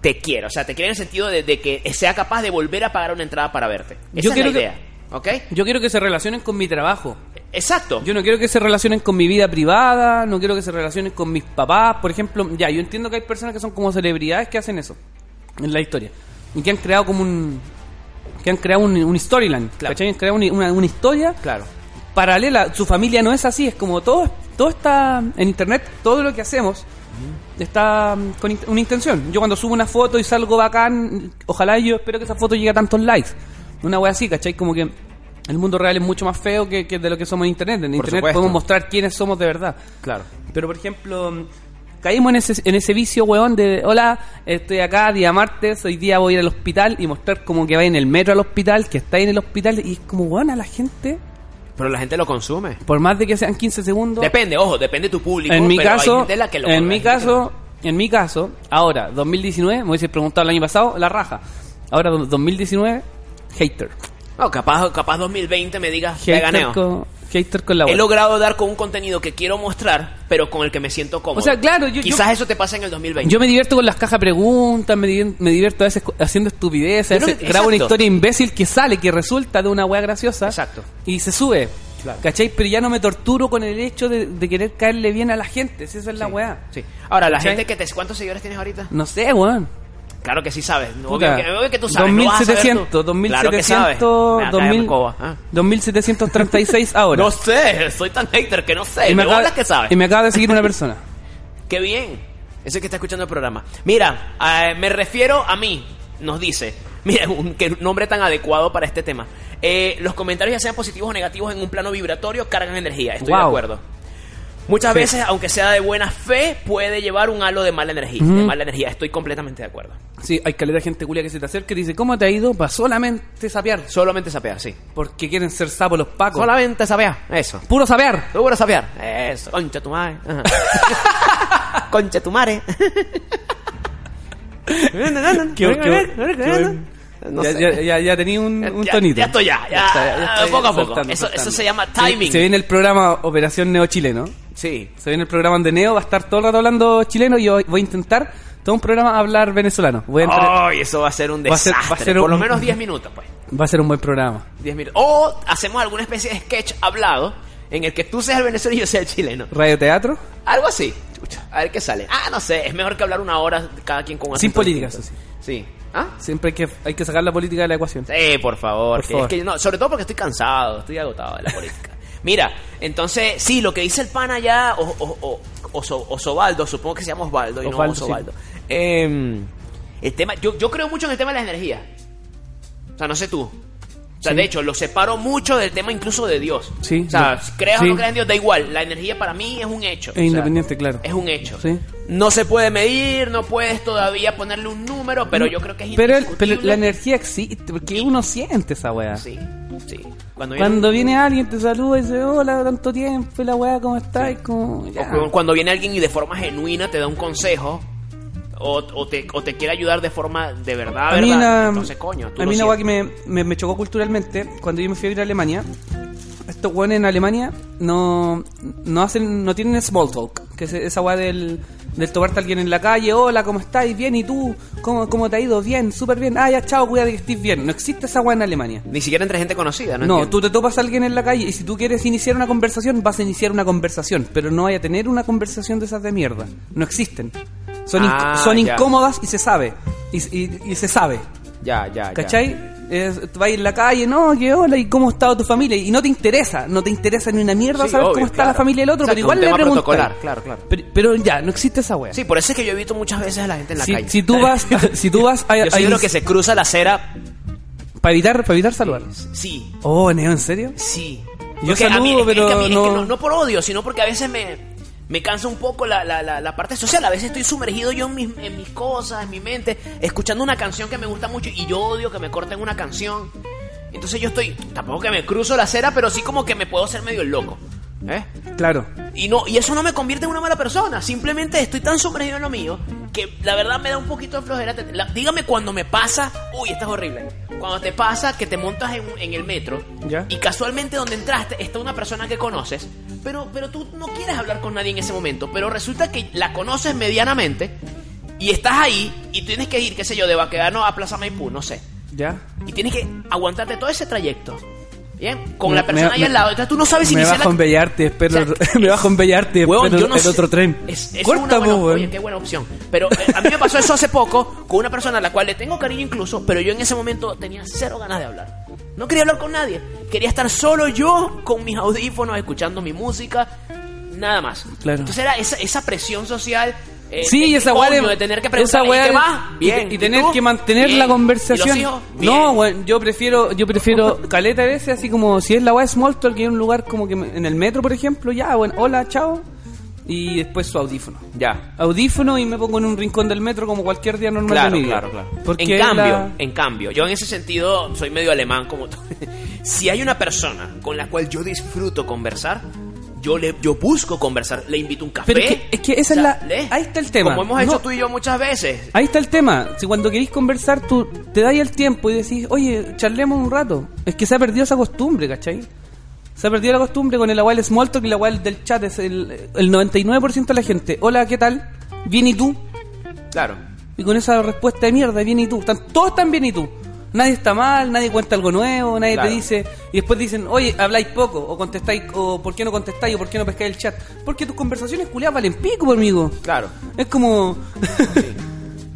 [SPEAKER 2] te quiera. O sea, te quiere en el sentido de, de que sea capaz de volver a pagar una entrada para verte. Esa
[SPEAKER 1] Yo
[SPEAKER 2] es
[SPEAKER 1] quiero
[SPEAKER 2] la
[SPEAKER 1] que-
[SPEAKER 2] idea. ¿Ok?
[SPEAKER 1] Yo quiero que se relacionen con mi trabajo.
[SPEAKER 2] Exacto.
[SPEAKER 1] Yo no quiero que se relacionen con mi vida privada, no quiero que se relacionen con mis papás, por ejemplo. Ya, yo entiendo que hay personas que son como celebridades que hacen eso en la historia y que han creado como un. que han creado un, un storyline, ¿cachai? Han creado un- una, una historia
[SPEAKER 2] Claro.
[SPEAKER 1] paralela. Su familia no es así, es como todo, todo está en internet, todo lo que hacemos está mm, con int- una intención. Yo cuando subo una foto y salgo bacán, ojalá yo espero que esa foto llegue a tantos likes. Una wea así, ¿cachai? Como que el mundo real es mucho más feo que, que de lo que somos en internet. En internet
[SPEAKER 2] supuesto.
[SPEAKER 1] podemos mostrar quiénes somos de verdad.
[SPEAKER 2] Claro.
[SPEAKER 1] Pero por ejemplo, mm, caímos en ese, en ese vicio, weón, de hola, estoy acá, día martes, hoy día voy a ir al hospital y mostrar como que va en el metro al hospital, que está en el hospital y es como, weón, a la gente,
[SPEAKER 2] Pero la gente lo consume.
[SPEAKER 1] por más de que sean 15 segundos,
[SPEAKER 2] Depende, ojo, depende de tu público.
[SPEAKER 1] en mi
[SPEAKER 2] pero hay
[SPEAKER 1] caso,
[SPEAKER 2] gente a la que lo-
[SPEAKER 1] en
[SPEAKER 2] hay
[SPEAKER 1] mi
[SPEAKER 2] gente que
[SPEAKER 1] caso, en mi caso, ahora, 2019, me hubiese preguntado el año pasado, la raja. Ahora, do- 2019, hater.
[SPEAKER 2] No, capaz, capaz 2020 me digas, te
[SPEAKER 1] Hater
[SPEAKER 2] ganeo.
[SPEAKER 1] con, hater con la
[SPEAKER 2] He
[SPEAKER 1] wea.
[SPEAKER 2] logrado dar con un contenido que quiero mostrar, pero con el que me siento cómodo.
[SPEAKER 1] O sea, claro, yo-
[SPEAKER 2] Quizás
[SPEAKER 1] yo-
[SPEAKER 2] eso te pasa en el 2020.
[SPEAKER 1] Yo me divierto con las cajas de preguntas, me, divien- me divierto a veces co- haciendo estupideces, a
[SPEAKER 2] Yo creo
[SPEAKER 1] veces
[SPEAKER 2] que-
[SPEAKER 1] grabo una
[SPEAKER 2] exacto.
[SPEAKER 1] historia imbécil que sale, que resulta de una wea graciosa.
[SPEAKER 2] Exacto.
[SPEAKER 1] Y se sube. ¿Cachai? Pero ya no me torturo con el hecho de, de querer caerle bien a la gente, si esa es la weá.
[SPEAKER 2] Sí. Ahora, la
[SPEAKER 1] ¿Cachai?
[SPEAKER 2] gente que te... ¿Cuántos seguidores tienes ahorita?
[SPEAKER 1] No sé, weón.
[SPEAKER 2] Claro que sí sabes.
[SPEAKER 1] Puta,
[SPEAKER 2] Obvio que, obvio que tú sabes. lo vas a saber tú.
[SPEAKER 1] 2700,
[SPEAKER 2] Claro que sabes.
[SPEAKER 1] 2700,
[SPEAKER 2] Me va a caer
[SPEAKER 1] 2000,
[SPEAKER 2] mi coba, ah.
[SPEAKER 1] 2736 ahora.
[SPEAKER 2] No sé, soy tan hater que no sé.
[SPEAKER 1] y,
[SPEAKER 2] me
[SPEAKER 1] me acaba,
[SPEAKER 2] bolas que sabes.
[SPEAKER 1] y me acaba de seguir una persona.
[SPEAKER 2] Qué bien. Ese que está escuchando el programa. Mira, eh, me refiero a mí, nos dice. Mira, un, qué nombre tan adecuado para este tema. Eh, los comentarios, ya sean positivos o negativos, en un plano vibratorio cargan energía. Estoy de
[SPEAKER 1] Wow.
[SPEAKER 2] acuerdo. Muchas
[SPEAKER 1] Sí.
[SPEAKER 2] veces, aunque sea de buena fe, puede llevar un halo de mala energía. De
[SPEAKER 1] Ujú.
[SPEAKER 2] mala energía, estoy completamente de acuerdo.
[SPEAKER 1] Sí, hay caleta de gente culia que se te acerca y te dice, ¿cómo te ha ido? Para solamente sapear.
[SPEAKER 2] Solamente sapear, sí.
[SPEAKER 1] Porque quieren ser sapos los pacos.
[SPEAKER 2] Solamente sapear, eso.
[SPEAKER 1] Puro sapear.
[SPEAKER 2] Tú a sapear. Eso, concha tu madre. Ajá. concha tu madre.
[SPEAKER 1] Qué- qué- qué-
[SPEAKER 2] No
[SPEAKER 1] ya, eh,
[SPEAKER 2] sé.
[SPEAKER 1] ya, ya, ya tenía un, un
[SPEAKER 2] Ya-
[SPEAKER 1] tonito.
[SPEAKER 2] ya estoy ya, ya,
[SPEAKER 1] está, ya estoy
[SPEAKER 2] poco a poco.
[SPEAKER 1] soltando,
[SPEAKER 2] Eso-
[SPEAKER 1] soltando.
[SPEAKER 2] eso se llama timing.
[SPEAKER 1] Se, se viene el programa Operación Neo Chileno.
[SPEAKER 2] Sí.
[SPEAKER 1] Se viene el programa de Neo, va a estar todo el rato hablando chileno y yo voy a intentar todo un programa hablar venezolano. Voy a entre-
[SPEAKER 2] Ay, eso va a ser un
[SPEAKER 1] Va a ser-
[SPEAKER 2] desastre.
[SPEAKER 1] va a ser
[SPEAKER 2] Por lo
[SPEAKER 1] un-
[SPEAKER 2] menos 10 minutos, pues.
[SPEAKER 1] Va a ser un buen programa.
[SPEAKER 2] 10 minutos. O hacemos alguna especie de sketch hablado en el que tú seas el venezolano y yo sea el chileno.
[SPEAKER 1] Radioteatro,
[SPEAKER 2] Algo así. Chucha, A ver qué sale. Ah, no sé. Es mejor que hablar una hora cada quien con un
[SPEAKER 1] Sin
[SPEAKER 2] acento
[SPEAKER 1] política,
[SPEAKER 2] distinto.
[SPEAKER 1] eso
[SPEAKER 2] Sí. ¿Ah?
[SPEAKER 1] siempre hay que, hay que sacar la política de la ecuación.
[SPEAKER 2] Sí, por favor.
[SPEAKER 1] Por
[SPEAKER 2] que-
[SPEAKER 1] favor.
[SPEAKER 2] es que no, sobre todo porque estoy cansado, estoy agotado de la política. Mira, entonces, sí, lo que dice el pana allá, o, o, o- Oso- Osobaldo, supongo que se llama Osvaldo y
[SPEAKER 1] Osvaldo,
[SPEAKER 2] no
[SPEAKER 1] sí.
[SPEAKER 2] Osobaldo. Em, el tema, yo, yo creo mucho en el tema de las energías. O sea, no sé tú. O sea,
[SPEAKER 1] Sí.
[SPEAKER 2] de hecho, lo separo mucho del tema incluso de Dios.
[SPEAKER 1] Sí,
[SPEAKER 2] O sea,
[SPEAKER 1] no.
[SPEAKER 2] creas o
[SPEAKER 1] Sí.
[SPEAKER 2] no creas en Dios, da igual. La energía para mí es un hecho.
[SPEAKER 1] Es
[SPEAKER 2] O sea,
[SPEAKER 1] independiente, claro.
[SPEAKER 2] Es un hecho.
[SPEAKER 1] Sí.
[SPEAKER 2] No se puede medir, no puedes todavía ponerle un número, pero yo creo que es
[SPEAKER 1] Pero, el- pero
[SPEAKER 2] indiscutible.
[SPEAKER 1] la energía existe, porque uno siente esa weá.
[SPEAKER 2] Sí, sí. Cuando viene,
[SPEAKER 1] Cuando viene alguien, te saluda y dice, hola, tanto tiempo, y la weá, ¿cómo estás? Y como, ya.
[SPEAKER 2] o cu- cuando viene alguien y de forma genuina te da un consejo o, o te, o te quiere ayudar de forma de verdad,
[SPEAKER 1] A mí
[SPEAKER 2] verdad.
[SPEAKER 1] una,
[SPEAKER 2] Entonces, coño, tú
[SPEAKER 1] a
[SPEAKER 2] lo
[SPEAKER 1] mí una
[SPEAKER 2] sientes.
[SPEAKER 1] weá que me, me- me chocó culturalmente, cuando yo me fui a vivir a Alemania, estos weones en Alemania no, no hacen no tienen small talk, que es esa weá del, del tomarte a alguien en la calle, hola, ¿cómo estáis? Bien, ¿y tú? ¿Cómo, cómo te ha ido? Bien, súper bien. Ah, ya, chao, cuídate que estés bien. No existe esa weá en Alemania.
[SPEAKER 2] Ni siquiera entre gente conocida, ¿no?
[SPEAKER 1] No,
[SPEAKER 2] entiendo.
[SPEAKER 1] tú te topas a alguien en la calle y si tú quieres iniciar una conversación, vas a iniciar una conversación, pero no vaya a tener una conversación de esas de mierda. No existen. Son, inc-
[SPEAKER 2] Ah,
[SPEAKER 1] son
[SPEAKER 2] ya.
[SPEAKER 1] incómodas y se sabe. Y, y- y se sabe.
[SPEAKER 2] Ya, ya, ya.
[SPEAKER 1] ¿Cachai? Eh, tú vas en la calle, no, que hola, ¿y cómo ha estado tu familia? Y no te interesa, no te interesa ni una mierda
[SPEAKER 2] Sí,
[SPEAKER 1] saber
[SPEAKER 2] obvio,
[SPEAKER 1] cómo está la
[SPEAKER 2] claro.
[SPEAKER 1] familia del otro,
[SPEAKER 2] Exacto,
[SPEAKER 1] pero igual
[SPEAKER 2] un
[SPEAKER 1] le
[SPEAKER 2] tema
[SPEAKER 1] preguntas.
[SPEAKER 2] protocolar, claro, claro.
[SPEAKER 1] Pero, pero ya, no existe esa wea.
[SPEAKER 2] Sí, por eso es que yo evito muchas veces a la gente en la
[SPEAKER 1] si,
[SPEAKER 2] calle.
[SPEAKER 1] si tú vas, si tú vas a,
[SPEAKER 2] Yo soy
[SPEAKER 1] a-
[SPEAKER 2] de los que se cruza la acera.
[SPEAKER 1] para evitar, para evitar saludar.
[SPEAKER 2] Sí,
[SPEAKER 1] Oh, Neo, ¿en serio?
[SPEAKER 2] sí.
[SPEAKER 1] Yo
[SPEAKER 2] Porque a mí-
[SPEAKER 1] saludo,
[SPEAKER 2] es que- es que a
[SPEAKER 1] pero
[SPEAKER 2] mí- es que
[SPEAKER 1] no-
[SPEAKER 2] no, no por odio, sino porque a veces me. Me cansa un poco la, la, la, la parte social. A veces estoy sumergido yo en mis, en mis cosas, en mi mente, escuchando una canción que me gusta mucho y yo odio que me corten una canción. Entonces yo estoy. Tampoco que me cruzo la acera, pero sí como que me puedo hacer medio el loco. ¿Eh?
[SPEAKER 1] Claro.
[SPEAKER 2] Y, no, y eso no me convierte en una mala persona. Simplemente estoy tan sumergido en lo mío que la verdad me da un poquito de flojera. Te- la- dígame cuando me pasa. Uy, esto es horrible. Cuando te pasa que te montas en, en el metro
[SPEAKER 1] Ya.
[SPEAKER 2] y casualmente donde entraste está una persona que conoces, pero, pero tú no quieres hablar con nadie en ese momento. Pero resulta que la conoces medianamente y estás ahí y tienes que ir, qué sé yo, de Baquedano a Plaza Maipú, no sé.
[SPEAKER 1] Ya.
[SPEAKER 2] Y tienes que aguantarte todo ese trayecto. Bien, con
[SPEAKER 1] Me-
[SPEAKER 2] la persona
[SPEAKER 1] me-
[SPEAKER 2] ahí al
[SPEAKER 1] me-
[SPEAKER 2] lado. Entonces tú no sabes si
[SPEAKER 1] me
[SPEAKER 2] iniciar
[SPEAKER 1] bajo
[SPEAKER 2] la-
[SPEAKER 1] en Bellarte, espero,
[SPEAKER 2] Exacto.
[SPEAKER 1] me bajo en Bellarte,
[SPEAKER 2] Huevón,
[SPEAKER 1] espero
[SPEAKER 2] yo no
[SPEAKER 1] Eh, el
[SPEAKER 2] sé.
[SPEAKER 1] otro tren.
[SPEAKER 2] Es, es
[SPEAKER 1] Corta,
[SPEAKER 2] una buena,
[SPEAKER 1] po, weón.
[SPEAKER 2] oye, qué buena opción. Pero eh, a mí me pasó eso hace poco con una persona a la cual le tengo cariño incluso, pero yo en ese momento tenía cero ganas de hablar. No quería hablar con nadie. Quería estar solo yo con mis audífonos, escuchando mi música, nada más.
[SPEAKER 1] Claro.
[SPEAKER 2] Entonces era esa, esa presión social. eh,
[SPEAKER 1] Sí,
[SPEAKER 2] de-
[SPEAKER 1] esa
[SPEAKER 2] coño,
[SPEAKER 1] weá
[SPEAKER 2] de, tener que preguntar
[SPEAKER 1] esa weá
[SPEAKER 2] ¿y qué
[SPEAKER 1] de-
[SPEAKER 2] más?
[SPEAKER 1] y-
[SPEAKER 2] Bien.
[SPEAKER 1] Y, tener
[SPEAKER 2] tú?
[SPEAKER 1] que mantener
[SPEAKER 2] Bien.
[SPEAKER 1] la
[SPEAKER 2] ¿Y los
[SPEAKER 1] conversación.
[SPEAKER 2] hijos?
[SPEAKER 1] No,
[SPEAKER 2] Bien.
[SPEAKER 1] weón, yo prefiero, yo prefiero caleta a veces, así como si es la weá small talk que en un lugar como que me- en el metro, por ejemplo, ya, bueno, hola, chao. Y después su audífono.
[SPEAKER 2] Ya.
[SPEAKER 1] Audífono y me pongo en un rincón del metro como cualquier día normal
[SPEAKER 2] Claro,
[SPEAKER 1] de mi vida.
[SPEAKER 2] claro, claro.
[SPEAKER 1] Porque
[SPEAKER 2] en cambio,
[SPEAKER 1] la-
[SPEAKER 2] en cambio, yo en ese sentido soy medio alemán como tú. si hay una persona con la cual yo disfruto conversar, yo le yo busco conversar, le invito un café.
[SPEAKER 1] Pero es que- es que esa es la-
[SPEAKER 2] le-
[SPEAKER 1] ahí está el tema.
[SPEAKER 2] Como hemos hecho
[SPEAKER 1] No.
[SPEAKER 2] tú y yo muchas veces.
[SPEAKER 1] Ahí está el tema. Si cuando queréis conversar, tú te dais el tiempo y decís, oye, charlemos un rato. Es que se ha perdido esa costumbre, ¿cachai? Se ha perdido la costumbre con el agua del small talk y el agua del chat. Es el, el 99% de la gente. Hola, ¿qué tal? ¿Bien y tú?
[SPEAKER 2] Claro.
[SPEAKER 1] Y con esa respuesta de mierda, bien y tú. Están, todos están bien y tú. Nadie está mal, nadie cuenta algo nuevo, nadie
[SPEAKER 2] Claro.
[SPEAKER 1] te dice. Y después dicen, oye, habláis poco, o contestáis, o por qué no contestáis, o por qué no pescáis el chat. Porque tus conversaciones culiadas valen pico, amigo.
[SPEAKER 2] Claro.
[SPEAKER 1] Es como.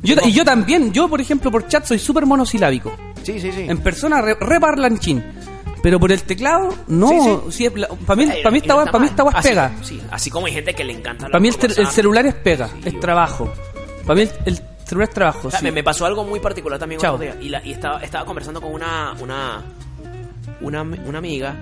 [SPEAKER 1] yo, ta- y yo también, yo por ejemplo por chat soy súper monosilábico.
[SPEAKER 2] Sí, sí, sí.
[SPEAKER 1] En persona re, re parlanchín. Pero por el teclado, no. para mí,
[SPEAKER 2] Eh,
[SPEAKER 1] para mí
[SPEAKER 2] y
[SPEAKER 1] esta
[SPEAKER 2] no
[SPEAKER 1] weá-
[SPEAKER 2] está
[SPEAKER 1] pa' mí
[SPEAKER 2] mal.
[SPEAKER 1] esta weá es
[SPEAKER 2] Así-
[SPEAKER 1] pega.
[SPEAKER 2] Sí, Ah, así como hay gente que le encanta hablar
[SPEAKER 1] Para mí el,
[SPEAKER 2] por
[SPEAKER 1] tel- el
[SPEAKER 2] WhatsApp.
[SPEAKER 1] celular es pega,
[SPEAKER 2] Sí,
[SPEAKER 1] es trabajo. Para mí el, el celular es trabajo.
[SPEAKER 2] O sea,
[SPEAKER 1] sí.
[SPEAKER 2] me, me pasó algo muy particular también
[SPEAKER 1] Chao.
[SPEAKER 2] otro día, Y, la- y estaba, estaba conversando con una, una, una, am- una amiga.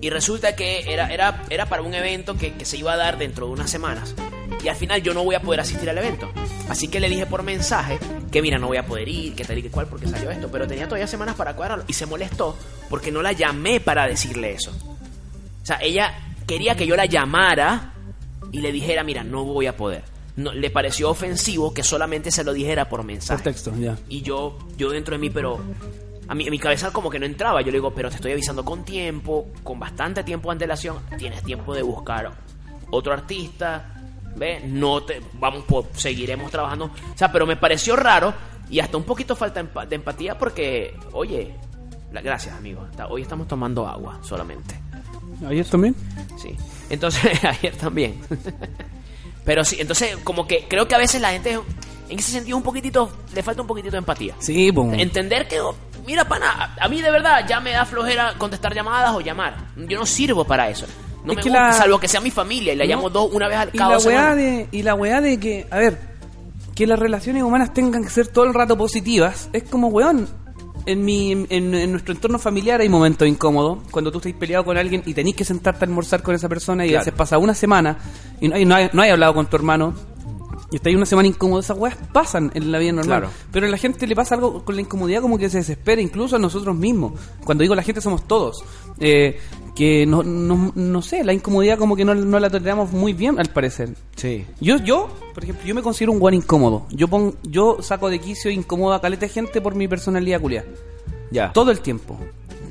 [SPEAKER 2] Y resulta que era, era, era para un evento que, que se iba a dar dentro de unas semanas. Y al final yo no voy a poder asistir al evento. Así que le dije por mensaje que mira, no voy a poder ir, que tal y que cual, porque salió esto. Pero tenía todavía semanas para cuadrarlo. Y se molestó porque no la llamé para decirle eso. O sea, ella quería que yo la llamara y le dijera, mira, no voy a poder. No, le pareció ofensivo que solamente se lo dijera por mensaje.
[SPEAKER 1] Por texto, ya.
[SPEAKER 2] Y yo, yo dentro de mí, pero a mi, mi cabeza como que no entraba. Yo le digo, pero te estoy avisando con tiempo, con bastante tiempo de antelación. Tienes tiempo de buscar otro artista, ¿ves? No te, vamos, por, seguiremos trabajando. O sea, pero me pareció raro y hasta un poquito falta empa- de empatía porque, oye, la- gracias, amigo. Está- Hoy estamos tomando agua solamente.
[SPEAKER 1] ¿Ayer también?
[SPEAKER 2] Sí. Entonces, ayer también. Pero sí, entonces, como que creo que a veces la gente, en ese sentido, un poquitito, le falta un poquitito de empatía.
[SPEAKER 1] Sí, boom.
[SPEAKER 2] Entender que, oh, mira, pana, a, a mí de verdad ya me da flojera contestar llamadas o llamar. Yo no sirvo para eso. No
[SPEAKER 1] Es
[SPEAKER 2] me
[SPEAKER 1] que
[SPEAKER 2] gusta,
[SPEAKER 1] la-
[SPEAKER 2] salvo que sea mi familia y la
[SPEAKER 1] No.
[SPEAKER 2] llamo dos una vez al
[SPEAKER 1] Y
[SPEAKER 2] cabo.
[SPEAKER 1] la, weá de, y la weá de que, a ver, que las relaciones humanas tengan que ser todo el rato positivas, es como, weón, en, mi, en, en nuestro entorno familiar hay momentos incómodos, cuando tú estás peleado con alguien y tenés que sentarte a almorzar con esa persona y a
[SPEAKER 3] Claro.
[SPEAKER 1] veces pasa una semana y no hay, no hay, no hay hablado con tu hermano. Y estáis una semana incómodo, esas weas pasan en la vida normal.
[SPEAKER 3] Claro.
[SPEAKER 1] Pero a la gente le pasa algo con la incomodidad como que se desespera, incluso a nosotros mismos. Cuando digo la gente somos todos. Eh, que no, no, no sé, la incomodidad como que no, no la toleramos muy bien al parecer.
[SPEAKER 3] Sí.
[SPEAKER 1] Yo, yo, por ejemplo, yo me considero un guan incómodo. Yo pon, yo saco de quicio incomoda a caleta de gente por mi personalidad culia.
[SPEAKER 3] Ya.
[SPEAKER 1] Todo el tiempo.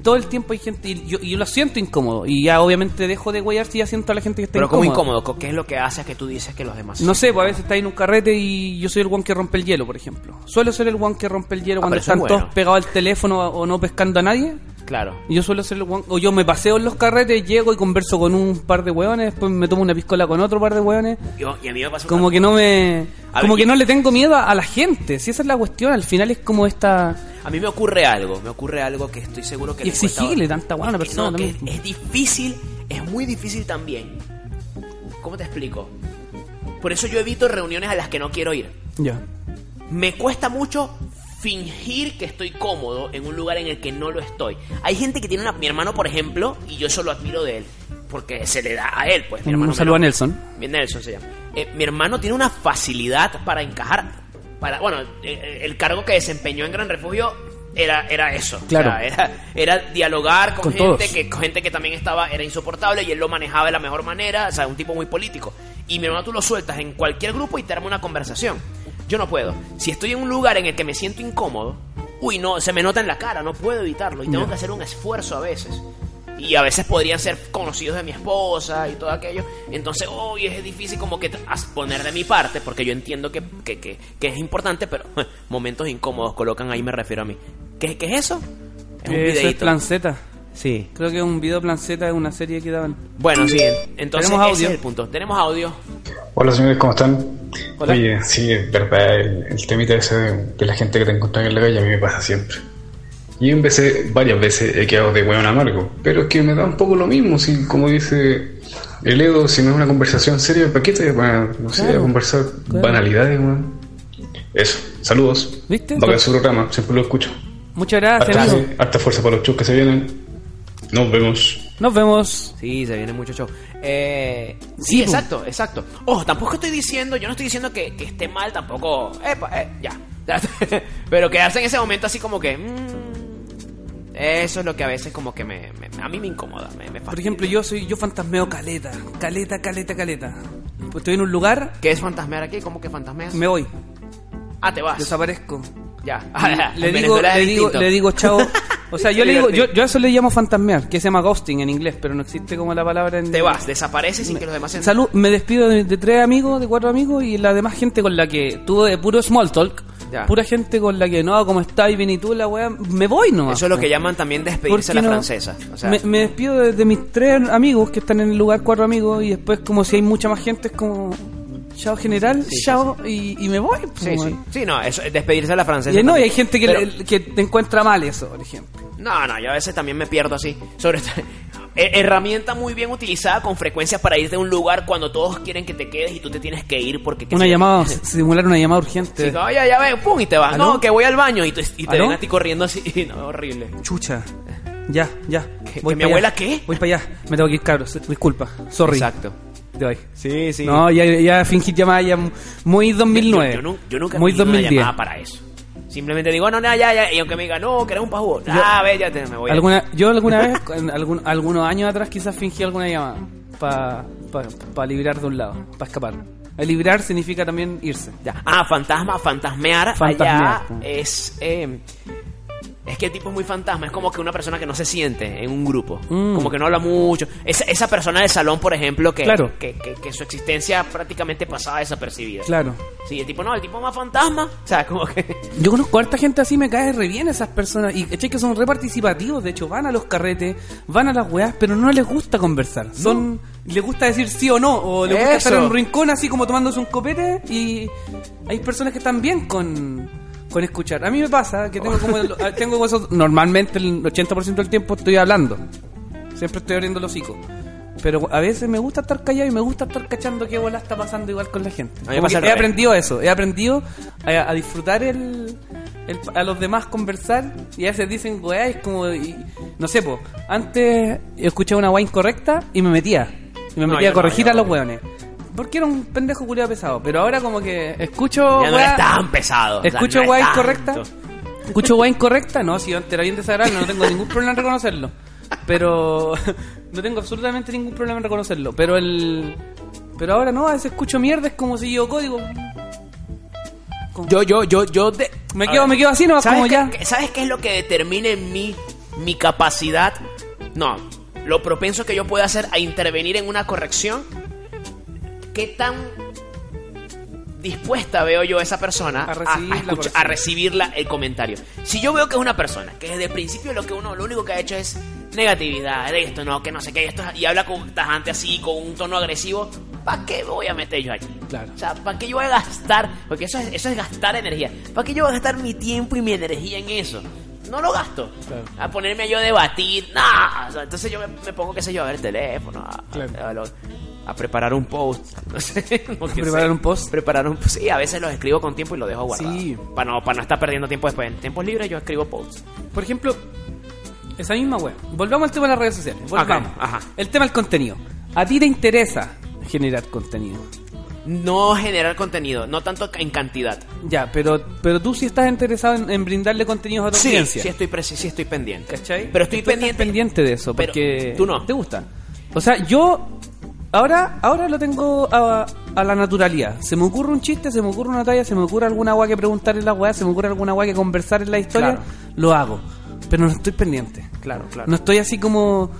[SPEAKER 1] Todo el tiempo hay gente y yo, y yo lo siento incómodo. Y ya obviamente dejo de guayar si ya siento a la gente que está
[SPEAKER 2] Pero como
[SPEAKER 1] incómoda.
[SPEAKER 2] incómodo, co- ¿qué es lo que hace que tú dices que los demás...
[SPEAKER 1] No sé, pues a veces está en un carrete y yo soy el guan que rompe el hielo, por ejemplo. Suelo ser el guan que rompe el hielo
[SPEAKER 2] Ah,
[SPEAKER 1] cuando
[SPEAKER 2] pero eso es
[SPEAKER 1] están
[SPEAKER 2] bueno.
[SPEAKER 1] todos pegados al teléfono o no pescando a nadie.
[SPEAKER 2] Claro.
[SPEAKER 1] Yo suelo ser el guan, o yo me paseo en los carretes, llego y converso con un par de hueones, después me tomo una piscola con otro par de hueones.
[SPEAKER 2] Yo- y a mí me pasa
[SPEAKER 1] Como que no me.
[SPEAKER 2] A
[SPEAKER 1] como que
[SPEAKER 2] ver, y-
[SPEAKER 1] no le tengo miedo a, a la gente. Si esa es la cuestión, al final es como esta.
[SPEAKER 2] A mí me ocurre algo, me ocurre algo que estoy seguro que...
[SPEAKER 1] Y
[SPEAKER 2] le cuesta-
[SPEAKER 1] exigirle tanta guay a una
[SPEAKER 2] Es que
[SPEAKER 1] persona
[SPEAKER 2] no, que
[SPEAKER 1] también.
[SPEAKER 2] es, es difícil, es muy difícil también. ¿Cómo te explico? Por eso yo evito reuniones a las que no quiero ir.
[SPEAKER 1] Ya.
[SPEAKER 2] Me cuesta mucho fingir que estoy cómodo en un lugar en el que no lo estoy. Hay gente que tiene una... Mi hermano, por ejemplo, y yo eso lo admiro de él, porque se le da a él, pues. Mi
[SPEAKER 1] Un
[SPEAKER 2] hermano
[SPEAKER 1] saludo a
[SPEAKER 2] menor.
[SPEAKER 1] Nelson.
[SPEAKER 2] Mi Nelson se llama. Eh, mi hermano tiene una facilidad para encajar. Para, bueno, eh, el cargo que desempeñó en Gran Refugio era, era eso.
[SPEAKER 1] Claro.
[SPEAKER 2] O sea, era, era dialogar con,
[SPEAKER 1] Con
[SPEAKER 2] gente
[SPEAKER 1] todos.
[SPEAKER 2] que con gente que también estaba, era insoportable y él lo manejaba de la mejor manera. O sea, un tipo muy político. Y mi hermano tú lo sueltas en cualquier grupo y te arma una conversación. Yo no puedo. Si estoy en un lugar en el que me siento incómodo, uy, no, se me nota en la cara, no puedo evitarlo. Y tengo
[SPEAKER 1] Ya.
[SPEAKER 2] que hacer un esfuerzo a veces. Y a veces podrían ser conocidos de mi esposa y todo aquello. Entonces, hoy es difícil como que as- poner de mi parte, porque yo entiendo que, que, que- que es importante, pero momentos incómodos colocan ahí, me refiero a mí. ¿Qué, qué es eso? Es un
[SPEAKER 1] Eso es
[SPEAKER 2] videíto.
[SPEAKER 1] Plan Z.
[SPEAKER 2] Sí.
[SPEAKER 1] Creo que es un video Plan Z, es una serie que daban.
[SPEAKER 2] Bueno, sí. Entonces,
[SPEAKER 1] Tenemos
[SPEAKER 2] ese
[SPEAKER 1] audio.
[SPEAKER 2] es el punto. Tenemos audio.
[SPEAKER 4] Hola señores, ¿cómo están?
[SPEAKER 1] Hola.
[SPEAKER 4] Oye, sí, es verdad, el, el temita ese de, de la gente que te encuentran en la calle a mí me pasa siempre. Y en veces, varias veces he quedado de hueón amargo, pero es que me da un poco lo mismo, si como dice el Edo, si no es una conversación seria, ¿para qué te van a, no sé,
[SPEAKER 1] Claro,
[SPEAKER 4] a conversar
[SPEAKER 1] claro.
[SPEAKER 4] banalidades, weón? Eso, saludos.
[SPEAKER 1] ¿Viste?
[SPEAKER 4] Bacán su programa, siempre lo escucho.
[SPEAKER 1] Muchas gracias,
[SPEAKER 4] Harta,
[SPEAKER 1] amigo.
[SPEAKER 4] harta fuerza para los shows que se vienen. Nos vemos.
[SPEAKER 1] Nos vemos.
[SPEAKER 2] Sí, se viene mucho show. Eh,
[SPEAKER 1] Sí,
[SPEAKER 2] sí,
[SPEAKER 1] pum.
[SPEAKER 2] exacto, exacto. Ojo, tampoco estoy diciendo, yo no estoy diciendo que, que esté mal, tampoco. Epa, eh, ya. Pero quedarse en ese momento así como que. mm, eso es lo que a veces como que me, me- a mí me incomoda. Me, me
[SPEAKER 1] Por
[SPEAKER 2] fastidia.
[SPEAKER 1] ejemplo, yo soy yo fantasmeo caleta. Caleta, caleta, caleta. Pues Estoy en un lugar,
[SPEAKER 2] ¿qué es fantasmear aquí? ¿Cómo que fantasmeas?
[SPEAKER 1] me voy,
[SPEAKER 2] Ah, te vas.
[SPEAKER 1] desaparezco.
[SPEAKER 2] Ya.
[SPEAKER 1] le
[SPEAKER 2] Ah, En
[SPEAKER 1] digo,
[SPEAKER 2] Venezuela es
[SPEAKER 1] le digo,
[SPEAKER 2] distinto.
[SPEAKER 1] le digo chao. O sea, yo
[SPEAKER 2] Qué
[SPEAKER 1] le digo, yo,
[SPEAKER 2] divertido.
[SPEAKER 1] yo a eso le llamo fantasmear, que se llama ghosting en inglés, pero no existe como la palabra en
[SPEAKER 2] Te vas, desapareces sin que los demás se
[SPEAKER 1] Salud, me despido de, de tres amigos, de cuatro amigos y la demás gente con la que tuve puro small talk.
[SPEAKER 2] Ya.
[SPEAKER 1] Pura gente con la que no, como está y bien y tú, la weá, me voy nomás.
[SPEAKER 2] Eso es lo que
[SPEAKER 1] po.
[SPEAKER 2] llaman también
[SPEAKER 1] ¿Por
[SPEAKER 2] despedirse a
[SPEAKER 1] qué
[SPEAKER 2] la
[SPEAKER 1] no?
[SPEAKER 2] francesa. O sea,
[SPEAKER 1] me, me despido de, de mis tres amigos que están en el lugar, cuatro amigos, y después, como si hay mucha más gente, es como. Chao general,
[SPEAKER 2] Sí, sí,
[SPEAKER 1] chao, Y, y me voy. po,
[SPEAKER 2] sí, sí.
[SPEAKER 1] weón.
[SPEAKER 2] Sí, no, eso, despedirse a la francesa.
[SPEAKER 1] Y no, y hay
[SPEAKER 2] también.
[SPEAKER 1] gente que,
[SPEAKER 2] Pero-
[SPEAKER 1] le- que te encuentra mal eso, por ejemplo.
[SPEAKER 2] No, no, yo a veces también me pierdo así. Sobre todo- Her- herramienta muy bien utilizada con frecuencia para ir de un lugar cuando todos quieren que te quedes y tú te tienes que ir porque que
[SPEAKER 1] Una
[SPEAKER 2] se-
[SPEAKER 1] llamada, ¿Ah, simular una llamada urgente.
[SPEAKER 2] Sí, no, ya, ya ven, pum, y te vas.
[SPEAKER 1] ¿Aló?
[SPEAKER 2] No, que voy al baño y, tú- y te
[SPEAKER 1] ¿Aló?
[SPEAKER 2] ven a ti corriendo así. No, horrible.
[SPEAKER 1] Chucha. Ya, ya.
[SPEAKER 2] ¿Que-
[SPEAKER 1] Voy
[SPEAKER 2] que mi
[SPEAKER 1] pa' allá.
[SPEAKER 2] abuela qué?
[SPEAKER 1] Voy para allá. Me tengo que ir, cabros. Disculpa. Sorry.
[SPEAKER 2] Exacto.
[SPEAKER 1] Te voy.
[SPEAKER 2] Sí, sí.
[SPEAKER 1] No, ya, ya fingir llamada ya muy 2009.
[SPEAKER 2] Yo, yo nu- yo nunca he
[SPEAKER 1] Muy
[SPEAKER 2] tenido una
[SPEAKER 1] 2010.
[SPEAKER 2] llamada para eso. Simplemente digo, no, no, ya, ya. Y aunque me diga, no, que eres un pajugo. Ah, ve, ya te, me voy.
[SPEAKER 1] ¿Alguna, yo alguna vez, en algún- algunos años atrás, quizás fingí alguna llamada para librar de un lado, para escapar. Eh, Librar significa también irse.
[SPEAKER 2] Ya. Ah, fantasma, fantasmear,
[SPEAKER 1] Fantasmear.
[SPEAKER 2] allá es eh, Es que el tipo es muy fantasma, es como que una persona que no se siente en un grupo,
[SPEAKER 1] Mm.
[SPEAKER 2] como que no habla mucho. Esa, esa persona del salón, por ejemplo, que,
[SPEAKER 1] Claro.
[SPEAKER 2] que, que- que su existencia prácticamente pasaba desapercibida.
[SPEAKER 1] Claro.
[SPEAKER 2] Sí, el tipo no, el tipo más fantasma. O sea, como que...
[SPEAKER 1] Yo conozco a harta gente así, me cae re bien esas personas. Y caché que son re participativos, de hecho, van a los carretes, van a las weas, pero no les gusta conversar. Son, les gusta decir sí o no, o les gusta
[SPEAKER 2] Eso.
[SPEAKER 1] estar en un rincón así como tomándose un copete. Y hay personas que están bien con, con escuchar. A mí me pasa que tengo como, tengo como esos- normalmente el 80% del tiempo estoy hablando. Siempre estoy abriendo los hocico. Pero a veces me gusta estar callado y me gusta estar cachando qué bola está pasando igual con la gente.
[SPEAKER 2] A mí me
[SPEAKER 1] Como
[SPEAKER 2] pasa
[SPEAKER 1] que
[SPEAKER 2] al
[SPEAKER 1] he
[SPEAKER 2] revés.
[SPEAKER 1] aprendido eso, he aprendido a, a disfrutar el, el- a los demás conversar y a veces dicen weá, es como, y- no sé, po, antes escuchaba una weá incorrecta y me metía, y me
[SPEAKER 2] No,
[SPEAKER 1] metía
[SPEAKER 2] yo
[SPEAKER 1] a corregir
[SPEAKER 2] no, yo
[SPEAKER 1] a los
[SPEAKER 2] no.
[SPEAKER 1] weones. Porque era un pendejo culiado pesado, pero ahora como que escucho
[SPEAKER 2] Ya no
[SPEAKER 1] weá-
[SPEAKER 2] es tan pesado. o sea,
[SPEAKER 1] Escucho
[SPEAKER 2] no es
[SPEAKER 1] guay
[SPEAKER 2] tanto.
[SPEAKER 1] incorrecta. Escucho guay incorrecta. No, si yo antes era bien desagradable, no tengo ningún problema en reconocerlo. Pero. No tengo absolutamente ningún problema en reconocerlo. Pero el. Pero ahora no, a veces escucho mierda, es como si yo código.
[SPEAKER 2] Yo, yo, yo, yo... de-
[SPEAKER 1] Me
[SPEAKER 2] A
[SPEAKER 1] quedo,
[SPEAKER 2] ver.
[SPEAKER 1] me quedo así, no,
[SPEAKER 2] ¿Sabes
[SPEAKER 1] como
[SPEAKER 2] qué,
[SPEAKER 1] ya.
[SPEAKER 2] qué- ¿Sabes qué es lo que determina en mí mi capacidad? No, lo propenso que yo pueda hacer a intervenir en una corrección. ¿Qué tan dispuesta veo yo a esa persona
[SPEAKER 1] A recibir la
[SPEAKER 2] escucha-
[SPEAKER 1] corrección.
[SPEAKER 2] a recibirla el comentario? Si yo veo que es una persona que desde el principio lo que uno lo único que ha hecho es negatividad, de esto no, que no sé qué, esto, y habla con tajante así, con un tono agresivo, ¿para qué voy a meter yo allí?
[SPEAKER 1] Claro.
[SPEAKER 2] O sea, ¿para qué yo voy a gastar? Porque eso es, eso es gastar energía. ¿Para qué yo voy a gastar mi tiempo y mi energía en eso? No lo gasto.
[SPEAKER 1] Claro.
[SPEAKER 2] A ponerme yo a debatir, nada. O sea, entonces yo me, me pongo, qué sé yo, a ver el teléfono, a,
[SPEAKER 1] Claro.
[SPEAKER 2] a- a lo- a preparar un post. No sé, no que
[SPEAKER 1] preparar
[SPEAKER 2] sé.
[SPEAKER 1] un post.
[SPEAKER 2] Preparar un post. pues Sí, a veces los escribo con tiempo y lo dejo guardado.
[SPEAKER 1] Sí.
[SPEAKER 2] Para, no, para no estar perdiendo tiempo después. En tiempos libres yo escribo posts.
[SPEAKER 1] Por ejemplo, esa misma web. Volvamos al tema de las redes sociales. Volvamos.
[SPEAKER 2] Ok, ajá.
[SPEAKER 1] El tema del contenido. ¿A ti te interesa generar contenido?
[SPEAKER 2] No generar contenido, no tanto en cantidad.
[SPEAKER 1] Ya, pero, pero tú sí estás interesado en, en brindarle contenidos a tu audiencia.
[SPEAKER 2] sí estoy, preci- sí estoy pendiente.
[SPEAKER 1] ¿Cachai?
[SPEAKER 2] Pero estoy
[SPEAKER 1] Tú estás
[SPEAKER 2] pendiente.
[SPEAKER 1] pendiente de eso,
[SPEAKER 2] Pero
[SPEAKER 1] porque
[SPEAKER 2] tú no.
[SPEAKER 1] te gusta. O sea, yo ahora ahora lo tengo a, a la naturalidad. Se me ocurre un chiste, se me ocurre una talla, se me ocurre alguna agua que preguntar en la weá, se me ocurre alguna agua que conversar en la historia,
[SPEAKER 2] Claro.
[SPEAKER 1] lo hago. Pero no estoy pendiente.
[SPEAKER 2] Claro, claro.
[SPEAKER 1] No estoy así como.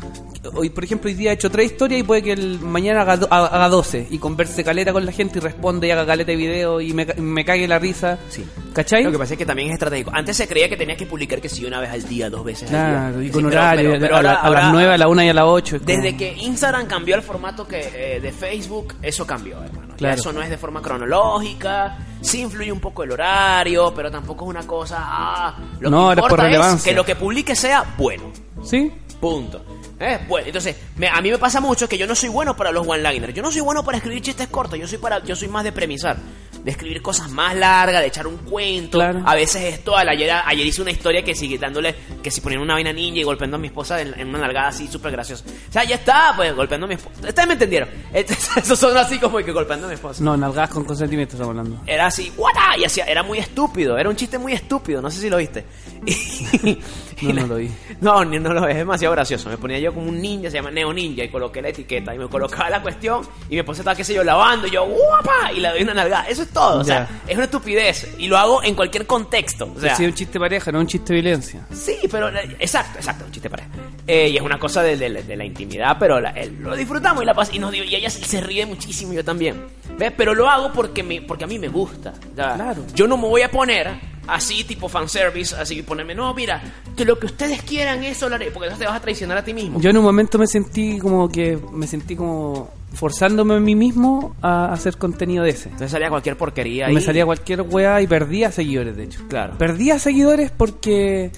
[SPEAKER 1] Hoy, por ejemplo, hoy día he hecho tres historias y puede que el mañana haga, do- ha- haga 12 y converse caleta con la gente y responde y haga caleta de video y me, ca- me cague la risa.
[SPEAKER 2] Sí.
[SPEAKER 1] ¿Cachai?
[SPEAKER 2] Lo que pasa es que también es estratégico. Antes se creía que tenías que publicar que sí una vez al día, dos veces al
[SPEAKER 1] Claro,
[SPEAKER 2] día.
[SPEAKER 1] y
[SPEAKER 2] Sí,
[SPEAKER 1] con
[SPEAKER 2] pero-
[SPEAKER 1] horario,
[SPEAKER 2] pero- pero
[SPEAKER 1] a, la-
[SPEAKER 2] ahora-
[SPEAKER 1] a las
[SPEAKER 2] ahora-
[SPEAKER 1] 9, a la 1 y a las 8. es
[SPEAKER 2] Desde
[SPEAKER 1] como-
[SPEAKER 2] que Instagram cambió el formato que eh, de Facebook, eso cambió, hermano. Ya
[SPEAKER 1] Claro.
[SPEAKER 2] eso no es de forma cronológica, sí influye un poco el horario, pero tampoco es una cosa... ah, lo
[SPEAKER 1] No,
[SPEAKER 2] que
[SPEAKER 1] eres por
[SPEAKER 2] importa es
[SPEAKER 1] relevancia.
[SPEAKER 2] que lo que publique sea bueno.
[SPEAKER 1] ¿Sí?
[SPEAKER 2] Punto. Eh, Bueno, entonces, me- a mí me pasa mucho que yo no soy bueno para los one-liners. Yo no soy bueno para escribir chistes cortos. Yo soy para yo soy más de premisar. De escribir cosas más largas, de echar un cuento.
[SPEAKER 1] Claro.
[SPEAKER 2] A veces esto, al- ayer, ayer hice una historia que sigue dándole, que si ponían una vaina ninja y golpeando a mi esposa en, en una largada así súper graciosa. O sea, ya está, pues golpeando a mi esposa. Ustedes me entendieron. Esos son así como que golpeando a mi esposa.
[SPEAKER 1] No, nalgadas con consentimiento estamos hablando.
[SPEAKER 2] Era así, guata, y hacía, era muy estúpido, era un chiste muy estúpido, no sé si lo viste. Y-
[SPEAKER 1] No, no lo vi.
[SPEAKER 2] No, ni- no lo vi, es demasiado gracioso. Me ponía yo como un ninja, se llama Neo Ninja, y coloqué la etiqueta, y me colocaba la cuestión, y me puse estaba, qué sé yo, lavando, y yo, guapa, y le doy una nalgada. Eso es todo, o sea, es una estupidez, y lo hago en cualquier contexto. O sea,
[SPEAKER 1] Sí, un chiste pareja, no un chiste de violencia.
[SPEAKER 2] Sí, pero eh, exacto, exacto, un chiste pareja. Eh, y es una cosa de, de- de la intimidad, pero la- eh, lo disfrutamos y la pas- y nos dio- y ella se- se ríe muchísimo yo también. ¿Ves? Pero lo hago porque me, porque a mí me gusta. o sea,
[SPEAKER 1] Claro.
[SPEAKER 2] Yo no me voy a poner así tipo fanservice, así ponerme, no, mira, que lo que ustedes quieran eso lo haré, porque entonces te vas a traicionar a ti mismo.
[SPEAKER 1] Yo en un momento me sentí como que. Me sentí como forzándome a mí mismo a hacer contenido de ese.
[SPEAKER 2] Entonces salía cualquier porquería
[SPEAKER 1] Me
[SPEAKER 2] ahí.
[SPEAKER 1] salía cualquier weá y perdía seguidores, de hecho.
[SPEAKER 2] Claro.
[SPEAKER 1] Perdía seguidores porque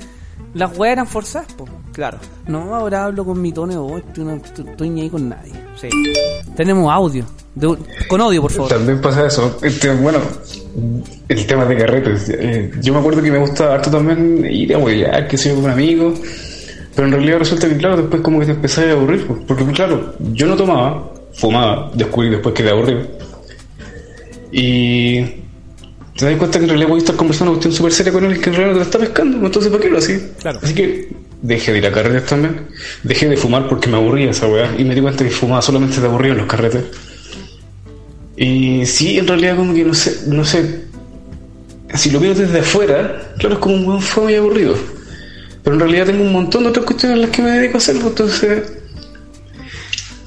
[SPEAKER 1] las weas eran forzadas, po.
[SPEAKER 2] Claro.
[SPEAKER 1] No, ahora hablo con mi tono de voz, estoy- no estoy estoy ni ahí con nadie.
[SPEAKER 2] Sí.
[SPEAKER 1] Tenemos audio. de- con audio, por favor.
[SPEAKER 4] También pasa eso. Este, bueno, el tema de carretes. eh, yo me acuerdo que me gusta harto también ir a huevear, que soy con amigos. Pero en realidad resulta que, claro, después como que te empezás a aburrir. pues, Porque, claro, yo no tomaba, fumaba, descubrí después que te aburrido. Y te das cuenta que en realidad voy a estar conversando una cuestión súper seria con él que en realidad no te la está pescando. pues, Entonces, ¿para qué lo así?
[SPEAKER 1] Claro.
[SPEAKER 4] Así que dejé de ir a carretes también. Dejé de fumar porque me aburría esa weá. Y me di cuenta que fumaba solamente de aburrido en los carretes. Y sí, en realidad como que no sé, no sé. Si lo miro desde afuera, claro, es como un buen fome y aburrido. Pero en realidad tengo un montón de otras cuestiones en las que me dedico a hacerlo, entonces.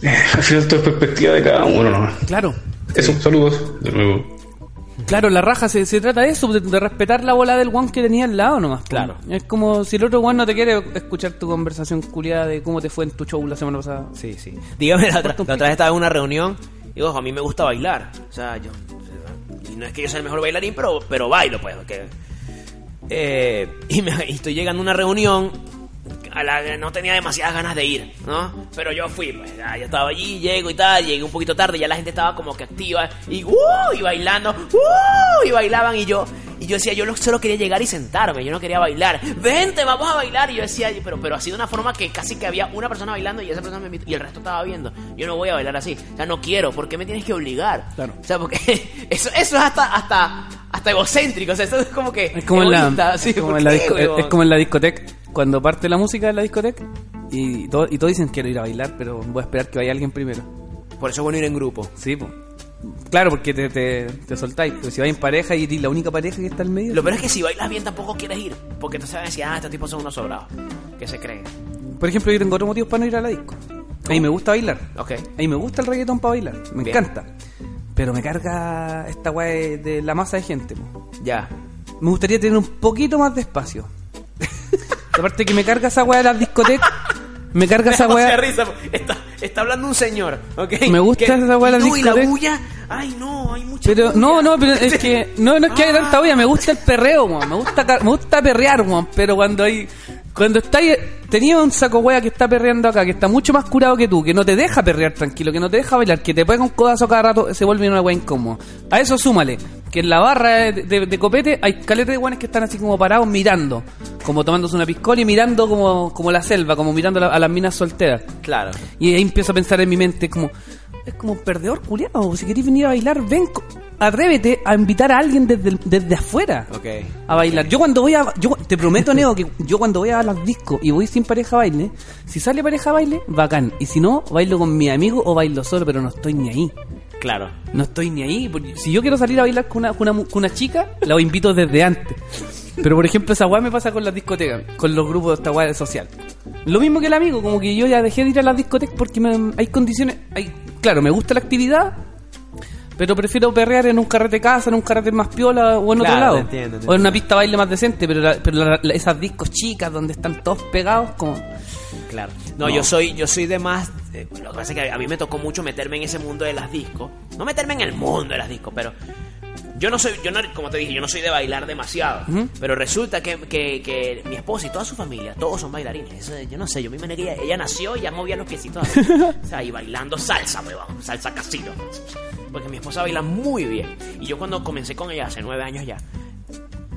[SPEAKER 4] eh, al final todo es perspectiva de cada uno, ¿no?
[SPEAKER 1] Claro.
[SPEAKER 4] Eso, saludos. De nuevo.
[SPEAKER 1] Claro, la raja se, se trata de eso, de, de respetar la bola del guan que tenía al lado nomás. po.
[SPEAKER 2] Claro.
[SPEAKER 1] Es como si el otro guan no te quiere escuchar tu conversación culiada de cómo te fue en tu show la semana pasada.
[SPEAKER 2] Sí, sí. Dígame, la otra, la otra vez estaba en una reunión y, ojo, a mí me gusta bailar. O sea, yo. Y no es que yo sea el mejor bailarín, pero, pero bailo, pues. que- Eh, y, me- y estoy llegando a una reunión a la que no tenía demasiadas ganas de ir, ¿no? Pero yo fui, pues. Ya, ya estaba allí, llego y tal. Llegué un poquito tarde, ya la gente estaba como que activa y, ¡uh! Y bailando, ¡uh! Y bailaban y yo. Y yo decía, yo lo- solo quería llegar y sentarme, yo no quería bailar. Vente, vamos a bailar. Y yo decía, pero, pero así de una forma que casi que había una persona bailando y esa persona me invitó, y el resto estaba viendo. Yo no voy a bailar así. O sea, no quiero. ¿Por qué me tienes que obligar?
[SPEAKER 1] Claro.
[SPEAKER 2] O sea, porque eso, eso es hasta, hasta, hasta egocéntrico. O sea, eso es como que.
[SPEAKER 1] Es como, en la,
[SPEAKER 2] egoísta, sí,
[SPEAKER 1] es, como
[SPEAKER 2] ¿por
[SPEAKER 1] en la
[SPEAKER 2] qué,
[SPEAKER 1] disco-
[SPEAKER 2] huevón?
[SPEAKER 1] es como en la discoteca. Cuando parte la música de la discoteca y, todo- y todos dicen quiero ir a bailar, pero voy a esperar que vaya alguien primero.
[SPEAKER 2] Por eso es bueno ir en grupo.
[SPEAKER 1] Sí, po. Claro, porque te, te, te soltáis. Pero si vais en pareja y eres la única pareja que está al medio.
[SPEAKER 2] Lo peor es que si bailas bien tampoco quieres ir. Porque entonces van a decir, ah, estos tipos son unos sobrados. Que se creen.
[SPEAKER 1] Por ejemplo, yo tengo otros motivos para no ir a la disco. A mí me gusta bailar.
[SPEAKER 2] Ok.
[SPEAKER 1] A mí me gusta el reggaetón para bailar. Me
[SPEAKER 2] Bien.
[SPEAKER 1] encanta. Pero me carga esta weá de, de la masa de gente. po.
[SPEAKER 2] Ya.
[SPEAKER 1] Me gustaría tener un poquito más de espacio. Aparte que me carga esa weá de las discotecas. Me carga esa
[SPEAKER 2] Me da
[SPEAKER 1] weá.
[SPEAKER 2] risa. Está, está hablando un señor, ¿ok?
[SPEAKER 1] Me gusta
[SPEAKER 2] Que-
[SPEAKER 1] esa weá de la
[SPEAKER 2] y tú y la
[SPEAKER 1] discoteca.
[SPEAKER 2] bulla. Ay, no, hay mucha
[SPEAKER 1] Pero
[SPEAKER 2] bulla.
[SPEAKER 1] no, no, pero es que no, no es que haya tanta olla, me gusta el perreo, weón, me gusta ca- me gusta perrear, weón, pero cuando hay cuando estáis tenía un saco wea que está perreando acá, que está mucho más curado que tú, que no te deja perrear tranquilo, que no te deja bailar, que te pega un codazo cada rato, se vuelve una wea incómoda. A eso súmale que en la barra de, de- de copete hay caletes de guanes que están así como parados mirando, como tomándose una piscola y mirando como como la selva, como mirando la- a las minas solteras.
[SPEAKER 2] Claro.
[SPEAKER 1] Y ahí empiezo a pensar en mi mente como es como un perdedor culiado, si querés venir a bailar, ven, co- atrévete a invitar a alguien desde, el- desde afuera
[SPEAKER 2] Ok.
[SPEAKER 1] a bailar. Yo cuando voy a yo te prometo Neo que yo cuando voy a las discos y voy sin pareja a baile, si sale pareja a baile, bacán, y si no, bailo con mi amigo o bailo solo, pero no estoy ni ahí.
[SPEAKER 2] Claro.
[SPEAKER 1] No estoy ni ahí. porque Si yo quiero salir a bailar con una, con una, mu- con una chica, la invito desde antes. Pero por ejemplo, esa weá me pasa con las discotecas, con los grupos de esta weá social. Lo mismo que el amigo, como que yo ya dejé de ir a las discotecas porque me- hay condiciones. Hay, claro, me gusta la actividad, pero prefiero perrear en un carrete casa, en un carrete más piola o en otro
[SPEAKER 2] Claro,
[SPEAKER 1] lado.
[SPEAKER 2] te entiendo, te
[SPEAKER 1] o en una
[SPEAKER 2] entiendo.
[SPEAKER 1] pista de baile más decente, pero, la- pero la- la- esas discos chicas donde están todos pegados, como.
[SPEAKER 2] Claro. No,
[SPEAKER 1] No.
[SPEAKER 2] yo soy yo soy de más eh, lo que pasa es que a mí me tocó mucho meterme en ese mundo de las discos. No meterme en el mundo de las discos, pero yo no soy yo no como te dije, yo no soy de bailar demasiado, pero resulta que, que- que mi esposa y toda su familia, todos son bailarines. Eso, yo no sé, yo me imaginé que ella, ella nació y ya movía los piecitos. así. o sea, y bailando salsa, huevón, salsa casino. Porque mi esposa baila muy bien y yo cuando comencé con ella hace nueve años ya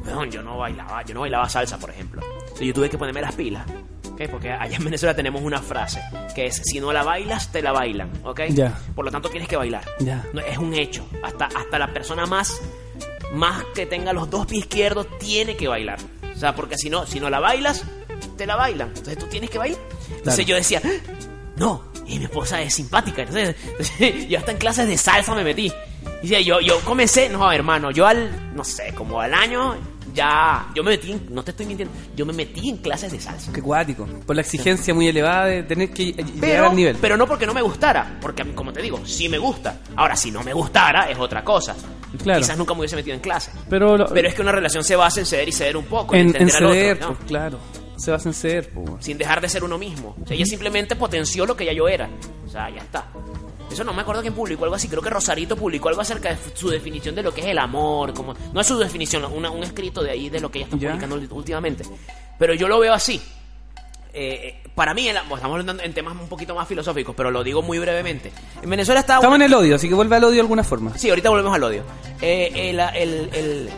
[SPEAKER 2] Weón, yo no bailaba, yo no bailaba salsa, por ejemplo. O sea, Yo tuve que ponerme las pilas. ¿ok? Porque allá en Venezuela tenemos una frase que es si no la bailas, te la bailan, ¿ok?
[SPEAKER 1] Ya.
[SPEAKER 2] Por lo tanto tienes que bailar.
[SPEAKER 1] Ya.
[SPEAKER 2] No, es un hecho. Hasta, hasta la persona más, más que tenga los dos pies izquierdos tiene que bailar. O sea, porque si no, si no la bailas, te la bailan. Entonces tú tienes que bailar. Entonces
[SPEAKER 1] Claro.
[SPEAKER 2] yo decía, "Ah, no, y mi esposa es simpática. Entonces, yo hasta en clases de salsa me metí. Y decía, yo, yo comencé, no, hermano, yo al, no sé, como al año, ya, yo me metí, en- no te estoy mintiendo, yo me metí en clases de salsa.
[SPEAKER 1] Qué cuático. Por la exigencia muy elevada de tener que eh, llegar
[SPEAKER 2] Pero,
[SPEAKER 1] al nivel.
[SPEAKER 2] pero no porque no me gustara, porque a mí, como te digo, sí me gusta. Ahora, si no me gustara, es otra cosa.
[SPEAKER 1] Claro.
[SPEAKER 2] Quizás nunca me hubiese metido en clase.
[SPEAKER 1] Pero lo-
[SPEAKER 2] Pero es que una relación se basa en ceder y ceder un poco, en,
[SPEAKER 1] en, en
[SPEAKER 2] entender al otro,
[SPEAKER 1] ceder,
[SPEAKER 2] ¿no?
[SPEAKER 1] pues, claro. Se basan en ceder, pues. weón.
[SPEAKER 2] sin dejar de ser uno mismo. O sea, ella simplemente potenció lo que ya yo era. O sea, ya está. Eso no me acuerdo quién publicó algo así. Creo que Rosarito publicó algo acerca de su definición de lo que es el amor. Como, no es su definición, una- un escrito de ahí de lo que ella está
[SPEAKER 1] Ya.
[SPEAKER 2] publicando ulti- últimamente. Pero yo lo veo así. Eh, eh, para mí, el am- estamos hablando en temas un poquito más filosóficos, pero lo digo muy brevemente. En Venezuela está
[SPEAKER 1] Estamos en el odio, así que vuelve al odio de alguna forma.
[SPEAKER 2] Sí, ahorita volvemos al odio. Eh, el- el- el-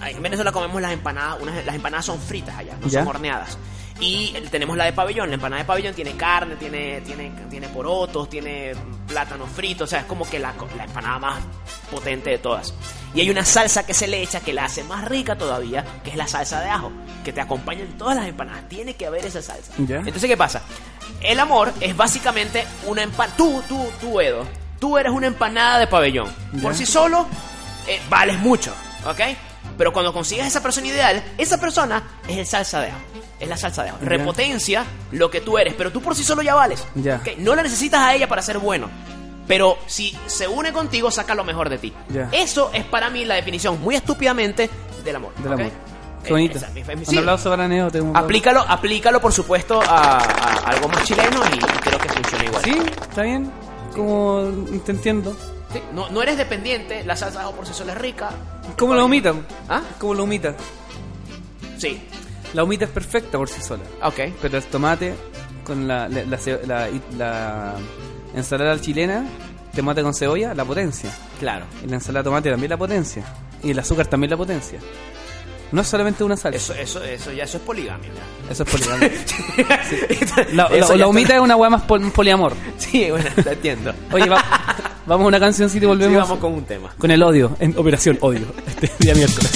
[SPEAKER 2] ay, en Venezuela comemos las empanadas, unas- las empanadas son fritas allá, no
[SPEAKER 1] Ya.
[SPEAKER 2] son horneadas. Y el- tenemos la de pabellón, la empanada de pabellón tiene carne, tiene, tiene, tiene porotos, tiene plátanos fritos, o sea, es como que la, co- la empanada más potente de todas. Y hay una salsa que se le echa que la hace más rica todavía, que es la salsa de ajo, que te acompaña en todas las empanadas, tiene que haber esa salsa.
[SPEAKER 1] Ya.
[SPEAKER 2] Entonces, ¿qué pasa? El amor es básicamente una empanada. Tú, tú, tú, Edo, tú eres una empanada de pabellón.
[SPEAKER 1] Ya.
[SPEAKER 2] Por sí solo, eh, vales mucho, ¿ok? Pero cuando consigues esa persona ideal, esa persona es el salsa de ajo. Es la salsa de ajo.
[SPEAKER 1] Ya.
[SPEAKER 2] Repotencia lo que tú eres, pero tú por sí solo ya vales.
[SPEAKER 1] Ya.
[SPEAKER 2] ¿ok? No la necesitas a ella para ser bueno. Pero si se une contigo, saca lo mejor de ti.
[SPEAKER 1] Ya.
[SPEAKER 2] Eso es para mí la definición, muy estúpidamente, del amor.
[SPEAKER 1] Del
[SPEAKER 2] ¿ok?
[SPEAKER 1] amor.
[SPEAKER 2] Eh,
[SPEAKER 1] Qué bonito.
[SPEAKER 2] esa es mi- es mi-
[SPEAKER 1] Un
[SPEAKER 2] sí.
[SPEAKER 1] aplauso para Neo. te-
[SPEAKER 2] Aplícalo, aplícalo por supuesto a, a algo más chileno y creo que funciona igual.
[SPEAKER 1] Sí, está bien. Como te entiendo.
[SPEAKER 2] Sí, No, no eres dependiente, la salsa de ajo por sí sola es rica.
[SPEAKER 1] ¿Cómo la humita?
[SPEAKER 2] ¿Ah?
[SPEAKER 1] ¿Cómo la humita?
[SPEAKER 2] Sí,
[SPEAKER 1] La humita es perfecta por sí sola.
[SPEAKER 2] ok.
[SPEAKER 1] Pero el tomate con la, la, la ce- la- la ensalada chilena, tomate con cebolla, la potencia.
[SPEAKER 2] Claro.
[SPEAKER 1] Y la ensalada de tomate también la potencia. Y el azúcar también la potencia. No es solamente una salsa.
[SPEAKER 2] Eso, eso, eso, ya eso es poligamia. ya.
[SPEAKER 1] Eso es poligamia. La,
[SPEAKER 2] Eso
[SPEAKER 1] la,
[SPEAKER 2] ya
[SPEAKER 1] la
[SPEAKER 2] está-
[SPEAKER 1] humita es una weá más pol- poliamor.
[SPEAKER 2] Sí, bueno, te entiendo.
[SPEAKER 1] Oye, va- vamos a una cancioncita y
[SPEAKER 2] Sí,
[SPEAKER 1] volvemos
[SPEAKER 2] vamos con un tema.
[SPEAKER 1] con el odio, en Operación Odio, este día miércoles.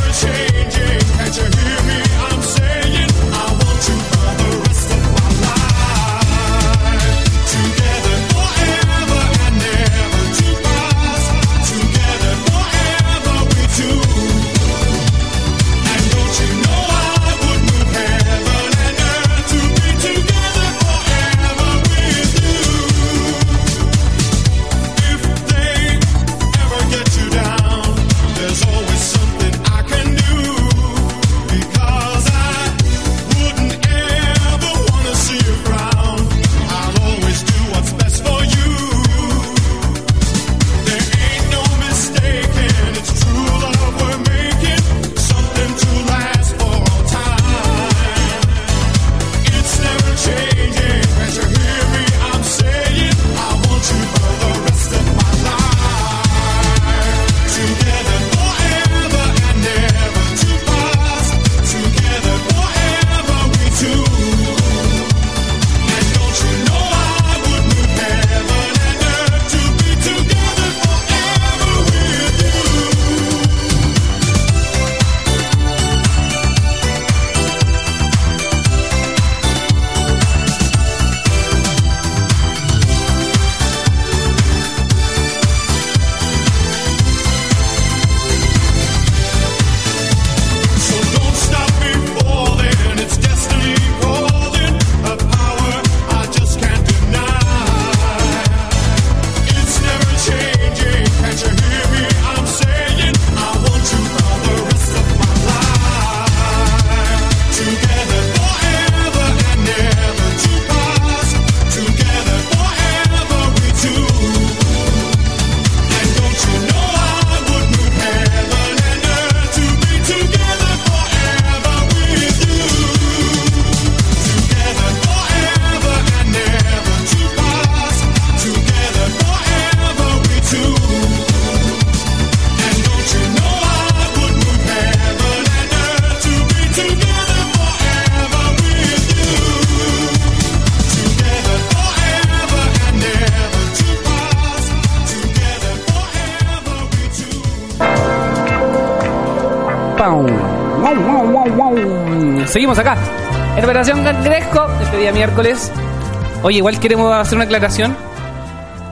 [SPEAKER 5] Can't you hear me? I'm saying I want you for the rest of my life. Together forever and never to pass. Together forever we two. And don't you know I would move heaven and earth to be together forever with you. If they ever get you down, there's always something I can do because I wouldn't ever wanna see you frown. I'll always do what's best for you. There ain't no mistaking, it's true love we're making, something to last for all time. It's never changing. Can't you hear me? I'm saying I want you for the rest of my life. Together forever and never to pass. Together forever we two. And don't you know I would move heaven and earth to be together forever with you. So don't stop before then. It's destiny calling, a power I just can't deny. It's never changing. Can't you hear me? I'm saying I want you for the rest of my life. Together forever and never to pass. Together forever we two. And don't you know I would move heaven and earth to be together forever with you? Together forever and never to pass. Together forever we two. And don't you know I would move heaven and earth to be together forever with you? Together forever and never to pass. Together forever we two.
[SPEAKER 1] ¡Pau! ¡Guau, guau, guau, guau! Seguimos acá. En Operación Cangrejo, este día miércoles. Oye, igual queremos hacer una aclaración.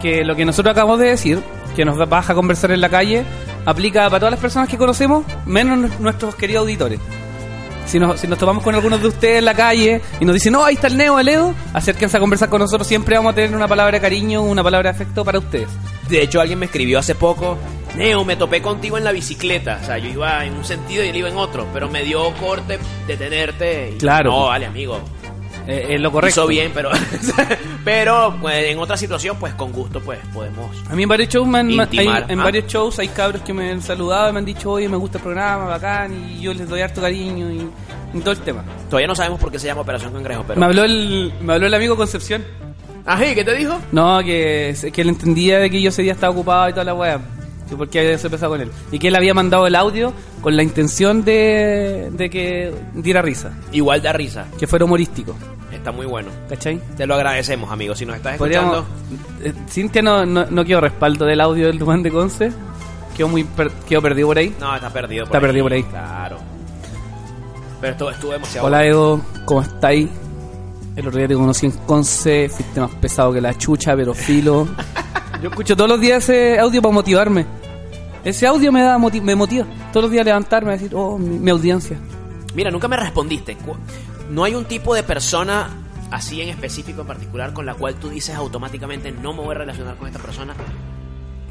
[SPEAKER 1] Que lo que nosotros acabamos de decir, que nos baja a conversar en la calle, aplica para todas las personas que conocemos, menos nu- nuestros queridos auditores. Si nos, si nos tomamos con algunos de ustedes en la calle y nos dicen, no, ahí está el Neo, el Edo, acérquense a conversar con nosotros. Siempre vamos a tener una palabra de cariño, una palabra de afecto para ustedes.
[SPEAKER 2] De hecho, alguien me escribió hace poco, Neo, me topé contigo en la bicicleta. O sea, yo iba en un sentido y él iba en otro, pero me dio corte detenerte. Y...
[SPEAKER 1] Claro.
[SPEAKER 2] No, vale, amigo.
[SPEAKER 1] Eh, es lo correcto.
[SPEAKER 2] Hizo bien, pero, pero pues, en otra situación, pues con gusto, pues podemos.
[SPEAKER 1] A mí en varios shows, me han- me- hay,
[SPEAKER 2] Intimar,
[SPEAKER 1] en
[SPEAKER 2] ah.
[SPEAKER 1] varios shows hay cabros que me han saludado y me han dicho, oye, me gusta el programa, bacán, y yo les doy harto cariño y, y todo el tema.
[SPEAKER 2] Todavía no sabemos por qué se llama Operación Cangrejo, pero.
[SPEAKER 1] Me habló el, me habló el amigo Concepción.
[SPEAKER 2] Ajá, ¿y qué te dijo?
[SPEAKER 1] No, que, que él entendía de que yo ese día estaba ocupado y toda la weá. Que porque había empezado con él. Y que él había mandado el audio con la intención de, de que diera risa,
[SPEAKER 2] Igual da risa.
[SPEAKER 1] que fuera humorístico.
[SPEAKER 2] Está muy bueno.
[SPEAKER 1] ¿Cachai?
[SPEAKER 2] Te lo agradecemos, amigo. Si nos estás
[SPEAKER 1] Podríamos.
[SPEAKER 2] escuchando.
[SPEAKER 1] eh, Cintia no, no, no quedó respaldo del audio del Dumán de Conce. Quedó, muy per- quedó perdido por ahí.
[SPEAKER 2] No, está perdido por
[SPEAKER 1] Está perdido por ahí.
[SPEAKER 2] Claro. Pero estuvo, estuvo demasiado.
[SPEAKER 1] Hola Edo, ¿cómo estáis? El otro día te conocí en Conce, fuiste más pesado que la chucha, pero filo. Yo escucho todos los días ese audio para motivarme. Ese audio me da moti- me motiva. Todos los días levantarme a decir, oh, mi, mi audiencia.
[SPEAKER 2] Mira, nunca me respondiste. Cu- No hay un tipo de persona así en específico, en particular, con la cual tú dices automáticamente no me voy a relacionar con esta persona.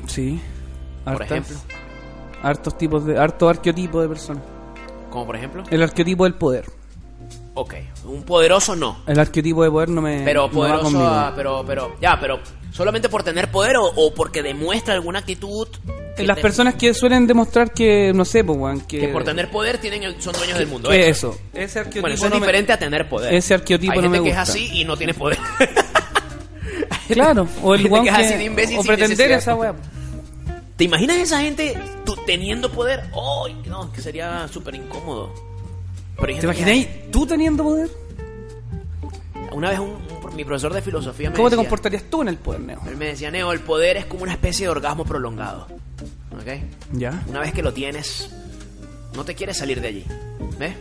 [SPEAKER 1] Sí.
[SPEAKER 2] Por ejemplo.
[SPEAKER 1] Hartos tipos de. Harto arqueotipo de personas.
[SPEAKER 2] Como por ejemplo.
[SPEAKER 1] El arqueotipo del poder.
[SPEAKER 2] Ok. Un poderoso no.
[SPEAKER 1] El arqueotipo de poder no me.
[SPEAKER 2] Pero
[SPEAKER 1] no va
[SPEAKER 2] poderoso.
[SPEAKER 1] conmigo.
[SPEAKER 2] ah, pero, pero. Ya, pero. ¿Solamente por tener poder o, o porque demuestra alguna actitud? que
[SPEAKER 1] Las
[SPEAKER 2] te-
[SPEAKER 1] personas que suelen demostrar que, no sé, pues, weón, que.
[SPEAKER 2] Que por tener poder tienen el- son dueños del mundo.
[SPEAKER 1] que
[SPEAKER 2] ¿eh?
[SPEAKER 1] eso. Ese arqueotipo
[SPEAKER 2] Bueno, eso es
[SPEAKER 1] no me-
[SPEAKER 2] diferente a tener poder.
[SPEAKER 1] Ese arqueotipo
[SPEAKER 2] Hay
[SPEAKER 1] no
[SPEAKER 2] gente
[SPEAKER 1] me
[SPEAKER 2] que es
[SPEAKER 1] gusta.
[SPEAKER 2] así y no tiene poder.
[SPEAKER 1] Claro, o el
[SPEAKER 2] Gente
[SPEAKER 1] guan
[SPEAKER 2] que
[SPEAKER 1] que,
[SPEAKER 2] es así de imbécil
[SPEAKER 1] o
[SPEAKER 2] sin
[SPEAKER 1] pretender
[SPEAKER 2] necesidad.
[SPEAKER 1] esa weá.
[SPEAKER 2] ¿Te imaginas esa gente tú teniendo poder? ¡Ay! no, que sería súper incómodo. Pero hay
[SPEAKER 1] ¿Te
[SPEAKER 2] gente que-
[SPEAKER 1] imagináis tú teniendo poder?
[SPEAKER 2] Una vez un, un- mi profesor de filosofía me
[SPEAKER 1] ¿Cómo te
[SPEAKER 2] decía-
[SPEAKER 1] comportarías tú en el poder, Neo?
[SPEAKER 2] Él me decía, Neo, el poder es como una especie de orgasmo prolongado. ¿Ok?
[SPEAKER 1] Ya.
[SPEAKER 2] Una vez que lo tienes, no te quieres salir de allí. ¿Ves?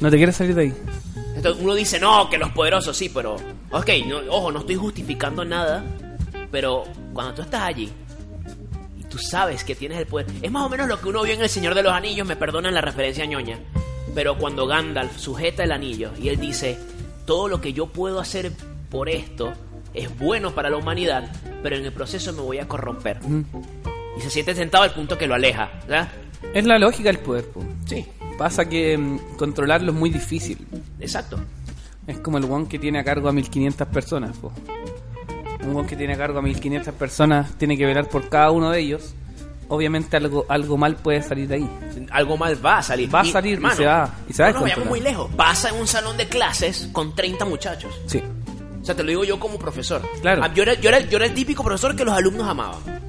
[SPEAKER 1] No te quieres salir de ahí.
[SPEAKER 2] Entonces uno dice, no, que los poderosos sí, pero... Ok, no, ojo, no estoy justificando nada, pero cuando tú estás allí y tú sabes que tienes el poder... Es más o menos lo que uno vio en El Señor de los Anillos, me perdonan la referencia ñoña, pero cuando Gandalf sujeta el anillo y él dice, todo lo que yo puedo hacer por esto es bueno para la humanidad, pero en el proceso me voy a corromper. Y se siente sentado al punto que lo aleja, ¿verdad?
[SPEAKER 1] Es la lógica del poder, po.
[SPEAKER 2] Sí.
[SPEAKER 1] Pasa que mm, controlarlo es muy difícil.
[SPEAKER 2] Exacto.
[SPEAKER 1] Es como el guan que tiene a cargo a 1500 personas, po. Un guan que tiene a cargo a 1500 personas tiene que velar por cada uno de ellos. Obviamente algo, algo mal puede salir de ahí.
[SPEAKER 2] algo mal va a salir.
[SPEAKER 1] Va a salir y se va- y se va a
[SPEAKER 2] no nos vayamos
[SPEAKER 1] descontrolar.
[SPEAKER 2] muy lejos. Pasa en un salón de clases con 30 muchachos.
[SPEAKER 1] Sí.
[SPEAKER 2] O sea, te lo digo yo como profesor.
[SPEAKER 1] Claro.
[SPEAKER 2] Ah, Yo era, yo, era, yo era el típico profesor que los alumnos amaban.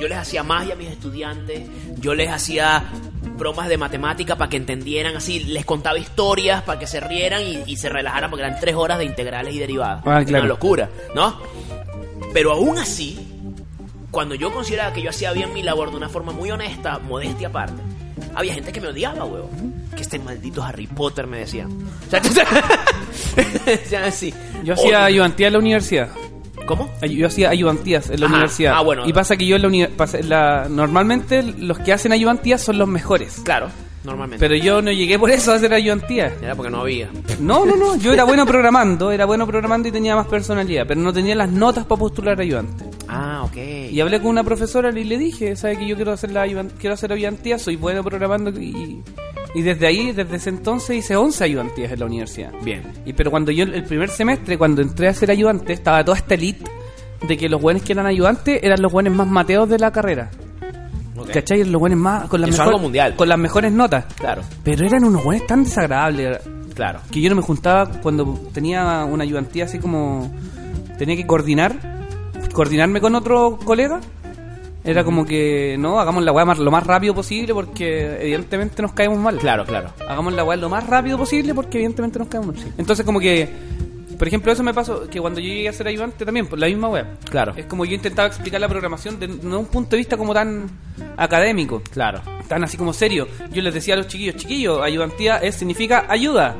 [SPEAKER 2] Yo les hacía magia a mis estudiantes, yo les hacía bromas de matemática para que entendieran así, les contaba historias para que se rieran y, y se relajaran porque eran tres horas de integrales y derivadas.
[SPEAKER 1] Ah, claro.
[SPEAKER 2] Una locura, ¿no? Pero aún así, cuando yo consideraba que yo hacía bien mi labor de una forma muy honesta, modestia aparte, había gente que me odiaba, huevo. Que este maldito Harry Potter me decía. O sea, decían así.
[SPEAKER 1] Yo hacía
[SPEAKER 2] Odio.
[SPEAKER 1] ayudantía en la universidad.
[SPEAKER 2] ¿Cómo?
[SPEAKER 1] Ay- Yo hacía ayudantías en la
[SPEAKER 2] Ajá.
[SPEAKER 1] universidad.
[SPEAKER 2] Ah, bueno.
[SPEAKER 1] Y pasa que yo en la universidad. Normalmente los que hacen ayudantías son los mejores.
[SPEAKER 2] Claro, normalmente.
[SPEAKER 1] Pero yo no llegué por eso a hacer ayudantía.
[SPEAKER 2] Era porque no había.
[SPEAKER 1] No, no, no. Yo era bueno programando, era bueno programando y tenía más personalidad, pero no tenía las notas para postular a ayudante.
[SPEAKER 2] Ah, ok.
[SPEAKER 1] Y hablé con una profesora y le dije, ¿sabe que yo quiero hacer la ayudan- quiero hacer ayudantía? Soy bueno programando y, y desde ahí, desde ese entonces hice 11 ayudantías en la universidad.
[SPEAKER 2] Bien.
[SPEAKER 1] Y pero cuando yo el primer semestre, cuando entré a ser ayudante, estaba toda esta elite de que los buenos que eran ayudantes eran los buenos más mateos de la carrera.
[SPEAKER 2] Ok.
[SPEAKER 1] ¿Cachai? Los buenos más con las
[SPEAKER 2] Eso es
[SPEAKER 1] mejor-
[SPEAKER 2] algo mundial.
[SPEAKER 1] con las mejores notas.
[SPEAKER 2] Claro,
[SPEAKER 1] Pero eran unos buenos tan desagradables
[SPEAKER 2] claro.
[SPEAKER 1] que yo no me juntaba cuando tenía una ayudantía así como tenía que coordinar coordinarme con otro colega era como que no hagamos la weá más- lo más rápido posible porque evidentemente nos caemos mal
[SPEAKER 2] Claro, claro.
[SPEAKER 1] hagamos la weá lo más rápido posible porque evidentemente nos caemos mal entonces como que por ejemplo eso me pasó que cuando yo llegué a ser ayudante también por la misma weá
[SPEAKER 2] Claro.
[SPEAKER 1] es como yo intentaba explicar la programación de no un punto de vista como tan académico
[SPEAKER 2] Claro.
[SPEAKER 1] tan así como serio. Yo les decía a los chiquillos, chiquillos, ayudantía es, significa ayuda.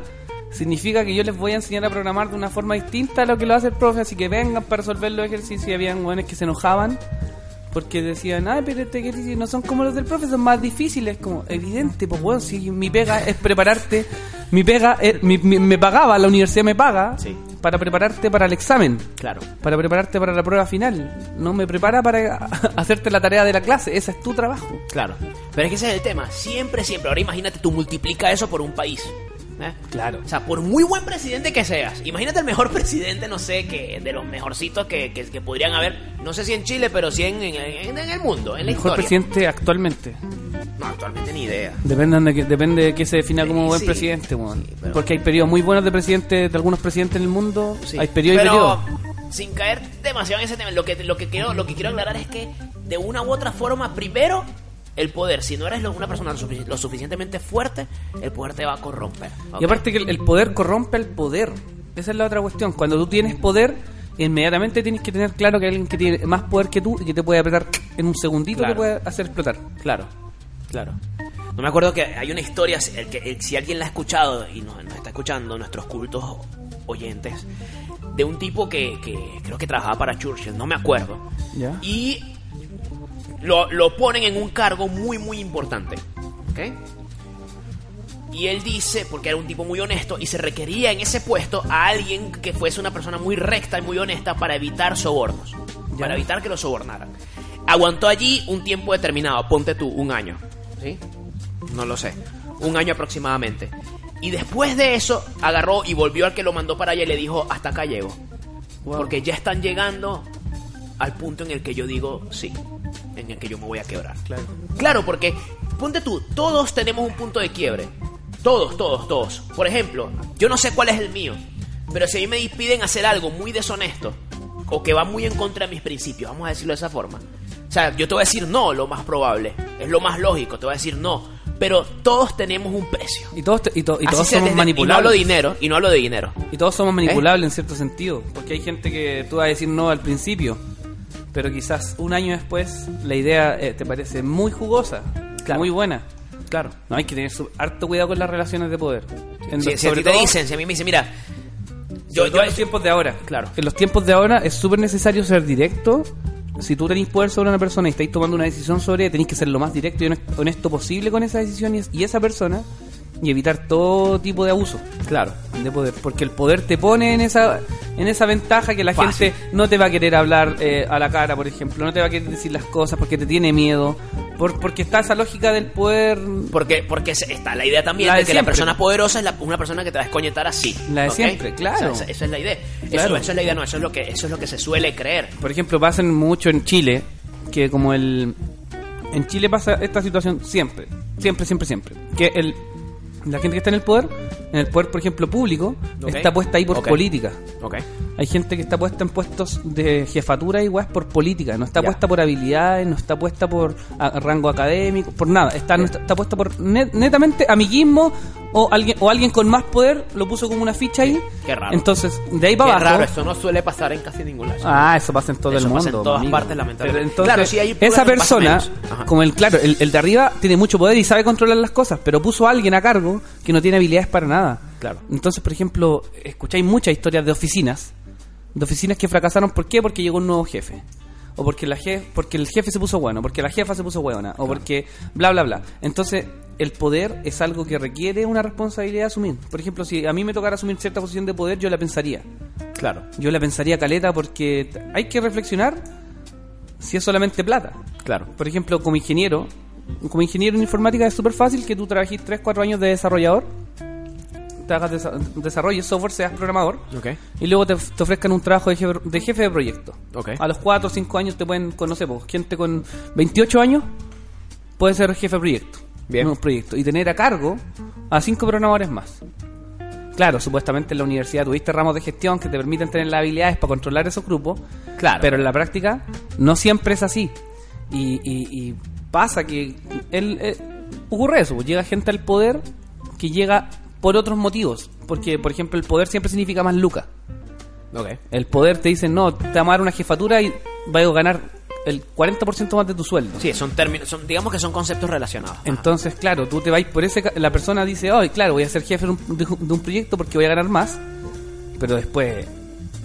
[SPEAKER 1] Significa que yo les voy a enseñar a programar de una forma distinta a lo que lo hace el profe, así que vengan para resolver los ejercicios. Y habían jóvenes que se enojaban porque decían, ay, pero este ejercicio no son como los del profe, son más difíciles. Como, evidente, pues bueno, si mi pega es prepararte, mi pega, es- mi- mi- me pagaba, la universidad me paga
[SPEAKER 2] Sí.
[SPEAKER 1] para prepararte para el examen
[SPEAKER 2] Claro.
[SPEAKER 1] para prepararte para la prueba final. No me prepara para hacerte la tarea de la clase. Ese es tu trabajo.
[SPEAKER 2] Claro. Pero es que ese es el tema. Siempre, siempre. Ahora imagínate, tú multiplica eso por un país. ¿eh?
[SPEAKER 1] Claro.
[SPEAKER 2] O sea, por muy buen presidente que seas, imagínate el mejor presidente, no sé, que de los mejorcitos que, que, que podrían haber, no sé si en Chile, pero sí en, en- en- en el mundo, en la
[SPEAKER 1] Mejor
[SPEAKER 2] historia.
[SPEAKER 1] presidente actualmente.
[SPEAKER 2] No, actualmente ni idea.
[SPEAKER 1] Depende de que, depende de que se defina como
[SPEAKER 2] Sí,
[SPEAKER 1] buen
[SPEAKER 2] sí.
[SPEAKER 1] presidente, weón.
[SPEAKER 2] Sí, pero-
[SPEAKER 1] Porque hay periodos muy buenos de presidentes, de algunos presidentes en el mundo.
[SPEAKER 2] Sí.
[SPEAKER 1] Hay periodos y
[SPEAKER 2] Pero,
[SPEAKER 1] periodos.
[SPEAKER 2] sin caer demasiado en ese tema, lo que, lo, que quiero, lo que quiero aclarar es que de una u otra forma, primero, el poder, si no eres lo- una persona lo, sufici- lo suficientemente fuerte, el poder te va a corromper. ¿ok?
[SPEAKER 1] Y aparte que el el poder corrompe al poder. Esa es la otra cuestión. Cuando tú tienes poder, inmediatamente tienes que tener claro que hay alguien que tiene más poder que tú y que te puede apretar en un segundito,
[SPEAKER 2] Claro.
[SPEAKER 1] te puede hacer explotar. Claro.
[SPEAKER 2] Claro. No me acuerdo que hay una historia, si- el que, el- si alguien la ha escuchado y nos, nos está escuchando, nuestros cultos oyentes, de un tipo que, que creo que trabajaba para Churchill, no me acuerdo.
[SPEAKER 1] Ya.
[SPEAKER 2] Y lo, lo ponen en un cargo muy, muy importante. ¿Ok? Y él dice, porque era un tipo muy honesto, y se requería en ese puesto a alguien que fuese una persona muy recta y muy honesta para evitar sobornos.
[SPEAKER 1] Ya.
[SPEAKER 2] Para evitar que lo sobornaran. Aguantó allí un tiempo determinado, ponte tú, un año. ¿Sí? No lo sé. Un año aproximadamente. Y después de eso, agarró y volvió al que lo mandó para allá y le dijo, hasta acá llego. Porque ya están llegando al punto en el que yo digo, sí, en el que yo me voy a quebrar. Claro. porque, ponte tú, todos tenemos un punto de quiebre. Todos, todos, todos. Por ejemplo, yo no sé cuál es el mío, pero si a mí me piden hacer algo muy deshonesto o que va muy en contra de mis principios, vamos a decirlo de esa forma. O sea, yo te voy a decir no, lo más probable. Es lo más lógico, te voy a decir no. Pero todos tenemos un precio.
[SPEAKER 1] Y todos, te- y to- y
[SPEAKER 2] Así
[SPEAKER 1] todos
[SPEAKER 2] sea,
[SPEAKER 1] somos
[SPEAKER 2] desde- Y no hablo de
[SPEAKER 1] manipulables.
[SPEAKER 2] dinero, y no hablo de dinero.
[SPEAKER 1] Y todos
[SPEAKER 2] ¿Eh?
[SPEAKER 1] somos manipulables en cierto sentido. Porque hay gente que tú vas a decir no al principio. Pero quizás un año después la idea eh, te parece muy jugosa, muy buena. Claro. No hay que tener su- harto cuidado con las relaciones de poder. En
[SPEAKER 2] Si,
[SPEAKER 1] lo-
[SPEAKER 2] si a
[SPEAKER 1] sobre
[SPEAKER 2] ti te
[SPEAKER 1] todo-
[SPEAKER 2] dicen, si a mí me dicen, mira, yo,
[SPEAKER 1] Yo,
[SPEAKER 2] yo,
[SPEAKER 1] en los tiempos de ahora,
[SPEAKER 2] Claro.
[SPEAKER 1] En los tiempos de ahora es súper necesario ser directo. Si tú tenés poder sobre una persona y estáis tomando una decisión sobre ella, tenéis que ser lo más directo y honest- honesto posible con esa decisión y, y esa persona y evitar todo tipo de abuso. Claro. De poder. Porque el poder te pone en esa en esa ventaja que la
[SPEAKER 2] Fácil.
[SPEAKER 1] gente no te va a querer hablar eh, a la cara, por ejemplo. No te va a querer decir las cosas porque te tiene miedo. por- porque está esa lógica del poder.
[SPEAKER 2] Porque, porque se- está la idea también
[SPEAKER 1] La
[SPEAKER 2] de,
[SPEAKER 1] de
[SPEAKER 2] que la
[SPEAKER 1] siempre.
[SPEAKER 2] persona poderosa es la- una persona que te va a desconectar así.
[SPEAKER 1] La de
[SPEAKER 2] ¿ok?
[SPEAKER 1] siempre, claro.
[SPEAKER 2] O sea, esa, esa es la idea. Eso-
[SPEAKER 1] Claro.
[SPEAKER 2] Eso, es la idea, no, eso es lo que, eso es lo que se suele creer.
[SPEAKER 1] por ejemplo, pasan mucho en Chile, que como el... En Chile pasa esta situación siempre, siempre, siempre, siempre. Que el, la gente que está en el poder, en el poder, por ejemplo, público,
[SPEAKER 2] Ok.
[SPEAKER 1] está puesta ahí por
[SPEAKER 2] Ok.
[SPEAKER 1] política.
[SPEAKER 2] Ok.
[SPEAKER 1] Hay gente que está puesta en puestos de jefatura y weas por política, no está
[SPEAKER 2] Ya.
[SPEAKER 1] puesta por habilidades, no está puesta por a- rango académico, por nada, está, no está, está puesta por net- netamente amiguismo o alguien o alguien con más poder lo puso como una ficha ahí.
[SPEAKER 2] Qué raro.
[SPEAKER 1] Entonces, de ahí para
[SPEAKER 2] Qué
[SPEAKER 1] abajo.
[SPEAKER 2] raro, eso no suele pasar en casi ningún lado.
[SPEAKER 1] Ah, eso pasa en todo
[SPEAKER 2] Eso
[SPEAKER 1] el mundo.
[SPEAKER 2] pasa en todas
[SPEAKER 1] amigo.
[SPEAKER 2] partes, lamentablemente.
[SPEAKER 1] Pero entonces,
[SPEAKER 2] Claro, sí, hay puras
[SPEAKER 1] esa
[SPEAKER 2] que pasan
[SPEAKER 1] persona,
[SPEAKER 2] menos. Ajá.
[SPEAKER 1] como el claro, el, el de arriba tiene mucho poder y sabe controlar las cosas, pero puso a alguien a cargo que no tiene habilidades para nada.
[SPEAKER 2] Claro.
[SPEAKER 1] Entonces, por ejemplo, escucháis muchas historias de oficinas, de oficinas que fracasaron. ¿Por qué? Porque llegó un nuevo jefe. O porque, la jef- porque el jefe se puso bueno, porque la jefa se puso buena, o porque bla, bla, bla. Entonces, el poder es algo que requiere una responsabilidad de asumir. Por ejemplo, si a mí me tocara asumir cierta posición de poder, yo la pensaría.
[SPEAKER 2] Claro.
[SPEAKER 1] Yo la pensaría caleta porque t- hay que reflexionar si es solamente plata.
[SPEAKER 2] Claro.
[SPEAKER 1] Por ejemplo, como ingeniero, como ingeniero en informática es súper fácil que tú trabajes 3, 4 años de desarrollador, te hagas desa- desarrolles software, seas programador,
[SPEAKER 2] Ok.
[SPEAKER 1] y luego te, te ofrezcan un trabajo de jefe de, jefe de proyecto.
[SPEAKER 2] Ok.
[SPEAKER 1] A los 4 o 5 años te pueden conocer, pues, gente con 28 años puede ser jefe de proyecto.
[SPEAKER 2] Bien.
[SPEAKER 1] Un proyecto. Y tener a cargo a 5 programadores más. Claro, supuestamente en la universidad tuviste ramos de gestión que te permiten tener las habilidades para controlar esos grupos.
[SPEAKER 2] Claro.
[SPEAKER 1] Pero en la práctica no siempre es así. Y, y- y pasa que el- eh, ocurre eso. pues, Llega gente al poder que llega por otros motivos. Porque, por ejemplo, el poder siempre significa más lucas.
[SPEAKER 2] Ok.
[SPEAKER 1] El poder te dice, no, te vamos a dar una jefatura y vas a ganar el 40% más de tu sueldo.
[SPEAKER 2] Sí, Ah. son términos, son, digamos que son conceptos relacionados. Ajá.
[SPEAKER 1] Entonces, claro, tú te vais por ese... ca- La persona dice, ay, claro, voy a ser jefe de un, de un- de un proyecto porque voy a ganar más. Pero después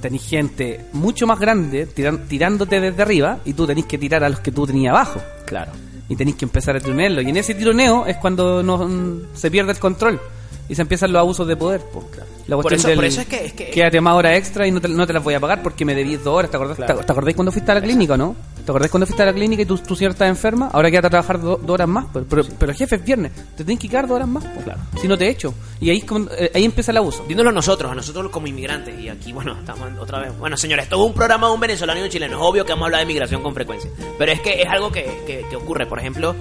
[SPEAKER 1] tenés gente mucho más grande tiran- tirándote desde arriba y tú tenés que tirar a los que tú tenías abajo.
[SPEAKER 2] Claro.
[SPEAKER 1] Y tenés que empezar a tironearlo. Y en ese tironeo es cuando no- mm, se pierde el control. Y se empiezan los abusos de poder. po. La
[SPEAKER 2] Por
[SPEAKER 1] cuestión
[SPEAKER 2] eso-
[SPEAKER 1] del,
[SPEAKER 2] por eso es que- es que-
[SPEAKER 1] Quédate más horas extra y no te, no te las voy a pagar porque me debí dos horas. ¿Te acordás,
[SPEAKER 2] Claro.
[SPEAKER 1] te- te acordás cuando fuiste a la clínica o no? ¿Te acordás cuando fuiste a la clínica y tu, tu señora estaba enferma? Ahora quédate a trabajar do- dos horas más. Pero, pero, pero, jefe, es viernes. Te tienes que quedar dos horas más. po. Si no te echo. Y ahí, es cuando- eh, ahí empieza el abuso.
[SPEAKER 2] Dínoslo a nosotros, a nosotros como inmigrantes. Y aquí, bueno, estamos otra vez. Bueno, señores, esto es un programa de un venezolano y un chileno. Es obvio que vamos a hablar de migración con frecuencia. Pero es que es algo que, que- que ocurre. Por ejemplo,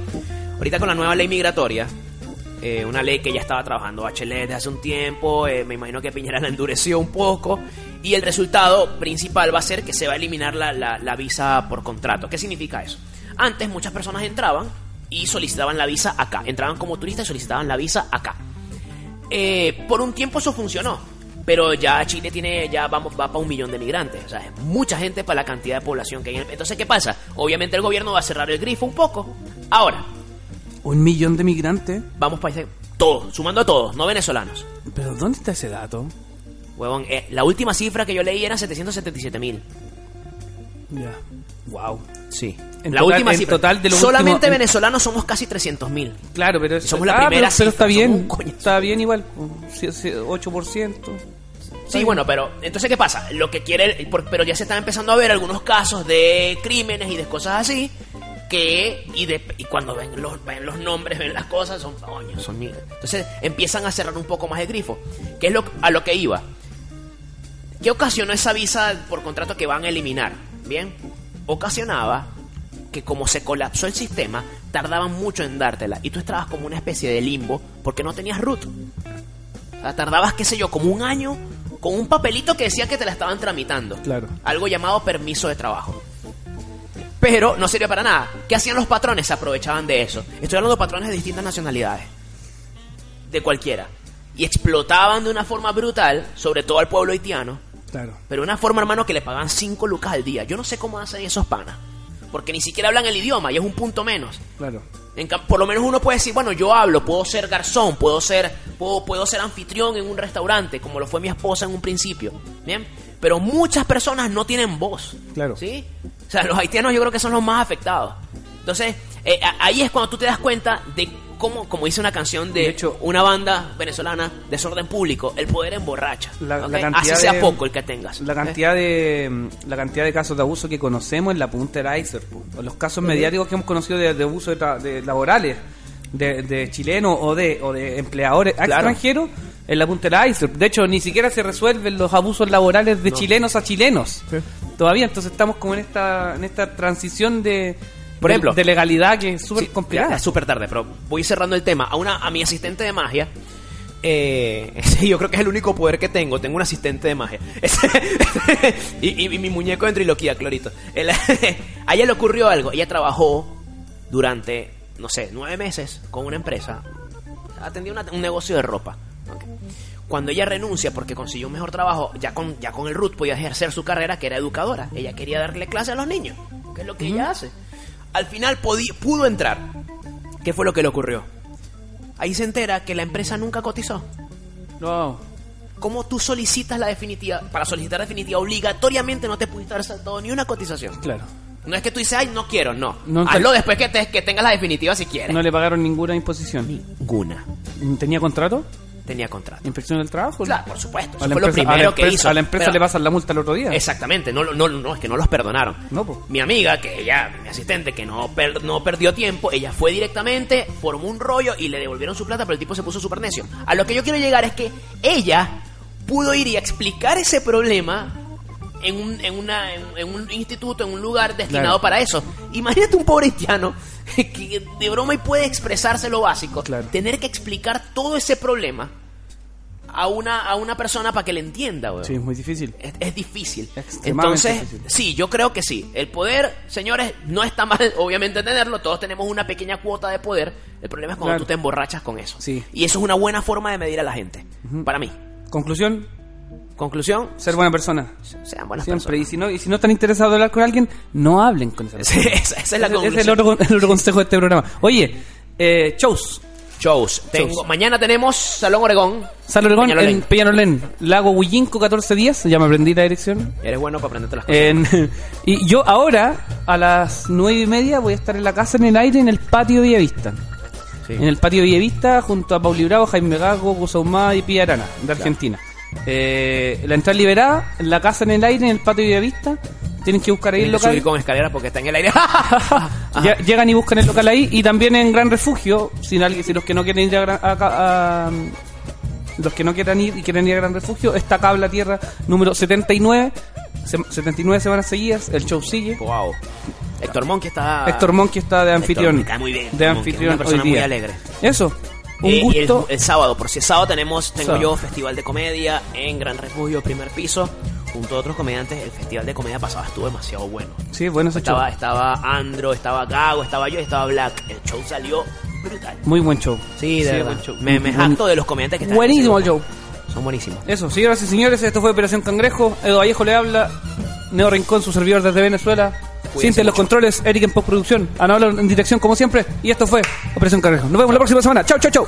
[SPEAKER 2] ahorita con la nueva ley migratoria, eh, una ley que ya estaba trabajando Bachelet desde hace un tiempo, eh, me imagino que Piñera la endureció un poco. Y el resultado principal va a ser que se va a eliminar la, la- la visa por contrato. ¿Qué significa eso? Antes muchas personas entraban y solicitaban la visa acá. Entraban como turistas y solicitaban la visa acá. Eh, por un tiempo eso funcionó. Pero ya Chile tiene, ya vamos, va para un millón de migrantes. O sea, es mucha gente para la cantidad de población que hay. en el- Entonces, ¿qué pasa? Obviamente el gobierno va a cerrar el grifo un poco. Ahora,
[SPEAKER 1] Un millón de migrantes.
[SPEAKER 2] vamos para ese- todos, sumando a todos, no venezolanos.
[SPEAKER 1] ¿Pero dónde está ese dato?
[SPEAKER 2] Huevón, eh, la última cifra que yo leí era 777 mil.
[SPEAKER 1] Ya. Wow.
[SPEAKER 2] Sí.
[SPEAKER 1] En
[SPEAKER 2] la
[SPEAKER 1] total-
[SPEAKER 2] última
[SPEAKER 1] en
[SPEAKER 2] cifra.
[SPEAKER 1] total de lo
[SPEAKER 2] Solamente
[SPEAKER 1] último- en-
[SPEAKER 2] venezolanos somos casi 300 mil.
[SPEAKER 1] Claro, pero es-
[SPEAKER 2] Somos la
[SPEAKER 1] ah,
[SPEAKER 2] primera
[SPEAKER 1] pero, pero
[SPEAKER 2] cifra,
[SPEAKER 1] está
[SPEAKER 2] somos un
[SPEAKER 1] bien.
[SPEAKER 2] coñazo.
[SPEAKER 1] Está bien igual. Un sie- sie- 8%.
[SPEAKER 2] Sí, bueno, pero entonces ¿qué pasa? Lo que quiere, el- por- pero ya se están empezando a ver algunos casos de crímenes y de cosas así que y, de, y cuando ven los, ven los nombres, ven las cosas, son coño, son mil. Entonces empiezan a cerrar un poco más el grifo, que es lo a lo que iba. ¿Qué ocasionó esa visa por contrato que van a eliminar? Bien, ocasionaba que como se colapsó el sistema, tardaban mucho en dártela y tú estabas como una especie de limbo porque no tenías root. O sea, tardabas, qué sé yo, como un año con un papelito que decía que te la estaban tramitando.
[SPEAKER 1] Claro.
[SPEAKER 2] Algo llamado permiso de trabajo. Pero no sirvió para nada. ¿Qué hacían los patrones? Se aprovechaban de eso. Estoy hablando de patrones de distintas nacionalidades. De cualquiera. Y explotaban de una forma brutal, sobre todo al pueblo haitiano.
[SPEAKER 1] Claro.
[SPEAKER 2] Pero de una forma, hermano, que le pagaban 5 lucas al día. Yo no sé cómo hacen esos panas. Porque ni siquiera hablan el idioma y es un punto menos.
[SPEAKER 1] Claro.
[SPEAKER 2] En cam- por lo menos uno puede decir, bueno, yo hablo, puedo ser garzón, puedo ser, puedo, puedo ser anfitrión en un restaurante, como lo fue mi esposa en un principio. Bien, pero muchas personas no tienen voz.
[SPEAKER 1] Claro.
[SPEAKER 2] ¿Sí? O sea, los haitianos yo creo que son los más afectados. Entonces, eh, a- ahí es cuando tú te das cuenta de cómo, como dice una canción de,
[SPEAKER 1] De hecho-
[SPEAKER 2] una banda venezolana, Desorden Público, el poder emborracha.
[SPEAKER 1] La- la
[SPEAKER 2] ¿ok? Así
[SPEAKER 1] cantidad
[SPEAKER 2] sea
[SPEAKER 1] de-
[SPEAKER 2] poco el que tengas.
[SPEAKER 1] La
[SPEAKER 2] ¿ok?
[SPEAKER 1] cantidad de mm, la cantidad de casos de abuso que conocemos en la punta del iceberg, po. O los
[SPEAKER 2] Eh,
[SPEAKER 1] casos mediáticos que hemos conocido de, de abuso de, tra- de laborales de, de chilenos o de o de empleadores extranjeros en la punta del iceberg. De hecho, ni siquiera se resuelven los abusos laborales de chilenos a chilenos. Todavía, entonces estamos como en esta en esta transición de
[SPEAKER 2] Por
[SPEAKER 1] de-
[SPEAKER 2] ejemplo.
[SPEAKER 1] de legalidad que es súper
[SPEAKER 2] Sí,
[SPEAKER 1] complicada.
[SPEAKER 2] ya, ya es súper tarde, pero voy cerrando el tema. A, una, a mi asistente de magia. eh, ese yo creo que es el único poder que tengo. Tengo un asistente de magia. Ese- y, y- y mi muñeco de triloquía, Clorito. El- a ella le ocurrió algo. Ella trabajó durante, no sé, nueve meses con una empresa. Atendía una- un negocio de ropa. Ok. Cuando ella renuncia porque consiguió un mejor trabajo, ya con, ya con el RUT podía ejercer su carrera, que era educadora. Ella quería darle clase a los niños, que es lo que ella hace. Al final podí- pudo entrar. ¿Qué fue lo que le ocurrió? Ahí se entera que la empresa nunca cotizó.
[SPEAKER 1] No.
[SPEAKER 2] ¿Cómo tú solicitas la definitiva? Para solicitar definitiva, obligatoriamente no te pudiste haber saltado ni una cotización.
[SPEAKER 1] Claro.
[SPEAKER 2] No es que tú dices, ay, no quiero, no.
[SPEAKER 1] No,
[SPEAKER 2] Hazlo
[SPEAKER 1] tal-
[SPEAKER 2] después que, te- que tengas la definitiva si quieres.
[SPEAKER 1] No le pagaron ninguna imposición.
[SPEAKER 2] Ninguna.
[SPEAKER 1] ¿Tenía contrato?
[SPEAKER 2] Tenía contrato.
[SPEAKER 1] ¿Inspección del trabajo?
[SPEAKER 2] Claro, por supuesto.
[SPEAKER 1] A
[SPEAKER 2] Eso
[SPEAKER 1] la,
[SPEAKER 2] fue lo
[SPEAKER 1] empresa, a la
[SPEAKER 2] primero que
[SPEAKER 1] empresa-
[SPEAKER 2] hizo.
[SPEAKER 1] a la empresa
[SPEAKER 2] Pero-
[SPEAKER 1] le pasan la multa al otro día.
[SPEAKER 2] Exactamente, no, no, no, es que no los perdonaron.
[SPEAKER 1] No, po.
[SPEAKER 2] Mi amiga, que ella, mi asistente, que no, per- no perdió tiempo, ella fue directamente, formó un rollo y le devolvieron su plata, pero el tipo se puso súper necio. A lo que yo quiero llegar es que ella pudo ir y explicar ese problema en un, en una, en, en un instituto, en un lugar destinado
[SPEAKER 1] Claro.
[SPEAKER 2] para eso. Imagínate un pobre haitiano que de broma y puede expresarse lo básico,
[SPEAKER 1] Claro.
[SPEAKER 2] tener que explicar todo ese problema. A una, a una persona para que le entienda, weón.
[SPEAKER 1] Sí, es muy difícil.
[SPEAKER 2] Es, es difícil.
[SPEAKER 1] Extremadamente
[SPEAKER 2] Entonces,
[SPEAKER 1] difícil.
[SPEAKER 2] sí, yo creo que sí. El poder, señores, no está mal, obviamente, tenerlo. Todos tenemos una pequeña cuota de poder. El problema es cuando
[SPEAKER 1] Claro.
[SPEAKER 2] tú te emborrachas con eso.
[SPEAKER 1] Sí.
[SPEAKER 2] Y eso es una buena forma de medir a la gente. Para mí.
[SPEAKER 1] Conclusión,
[SPEAKER 2] Conclusión,
[SPEAKER 1] ser buena persona.
[SPEAKER 2] sean buenas
[SPEAKER 1] Siempre. Y
[SPEAKER 2] personas.
[SPEAKER 1] si, no, y si no están interesados en hablar con alguien, no hablen con esa persona.
[SPEAKER 2] Esa- esa, esa es la
[SPEAKER 1] Ese- ese
[SPEAKER 2] conclusión.
[SPEAKER 1] es el otro, el otro consejo de este programa. Oye, eh, shows.
[SPEAKER 2] Shows. Tengo-
[SPEAKER 1] Shows.
[SPEAKER 2] Mañana tenemos Salón Oregón.
[SPEAKER 1] San Oregón
[SPEAKER 2] Peñalolén.
[SPEAKER 1] en Peñalolén. Lago Huillinco, 14 días. Ya me aprendí la dirección.
[SPEAKER 2] Eres bueno para aprenderte las cosas.
[SPEAKER 1] En- y yo ahora, a las nueve y media, voy a estar en la casa en el aire en el patio Villavista.
[SPEAKER 2] Sí.
[SPEAKER 1] En el patio Villavista, junto a Pauli Bravo, Jaime Gago, Gusaumá y Pia Arana, de Argentina. Eh, la entrada liberada, en la casa en el aire en el patio Villavista. Tienen que buscar ahí el
[SPEAKER 2] Tienen que
[SPEAKER 1] local.
[SPEAKER 2] subir con escaleras porque está en el aire.
[SPEAKER 1] Ya- llegan y buscan el local ahí y también en Gran Refugio, si, alguien, si los que no quieren ir a, Gran- a ca- a- los que no quieran ir y quieren ir a Gran Refugio, está Cabla Tierra número 79, se- 79 semanas seguidas, el show sigue.
[SPEAKER 2] wow. Héctor Monkey está.
[SPEAKER 1] Héctor Monkey está de anfitrión.
[SPEAKER 2] me cae muy bien,
[SPEAKER 1] de
[SPEAKER 2] Héctor Monkey,
[SPEAKER 1] anfitrión
[SPEAKER 2] una persona
[SPEAKER 1] hoy día.
[SPEAKER 2] muy alegre.
[SPEAKER 1] Eso. Un
[SPEAKER 2] Eh, y el-
[SPEAKER 1] gusto.
[SPEAKER 2] El, sábado, por si es sábado, tenemos, tengo
[SPEAKER 1] Sábado.
[SPEAKER 2] yo Festival de Comedia en Gran Refugio, primer piso, junto a otros comediantes. El Festival de Comedia pasado estuvo demasiado bueno.
[SPEAKER 1] sí, bueno, ese show.
[SPEAKER 2] Estaba, estaba Andro, estaba Gago, estaba yo, y estaba Black. El show salió brutal.
[SPEAKER 1] Muy buen show.
[SPEAKER 2] Sí, de verdad.
[SPEAKER 1] buen show.
[SPEAKER 2] Me, me
[SPEAKER 1] Buen-
[SPEAKER 2] jacto de los comediantes que están.
[SPEAKER 1] Buenísimo el
[SPEAKER 2] en ese
[SPEAKER 1] show.
[SPEAKER 2] grupo. Son buenísimos.
[SPEAKER 1] Eso, señoras y señores, esto fue Operación Cangrejo. Edo Vallejo le habla. Neo Rincón, su servidor desde Venezuela. Siente los controles, Eric en postproducción. Ana Ola en dirección, como siempre. Y esto fue Operación Cangrejo. Nos vemos la próxima semana. Chau, chau, chau.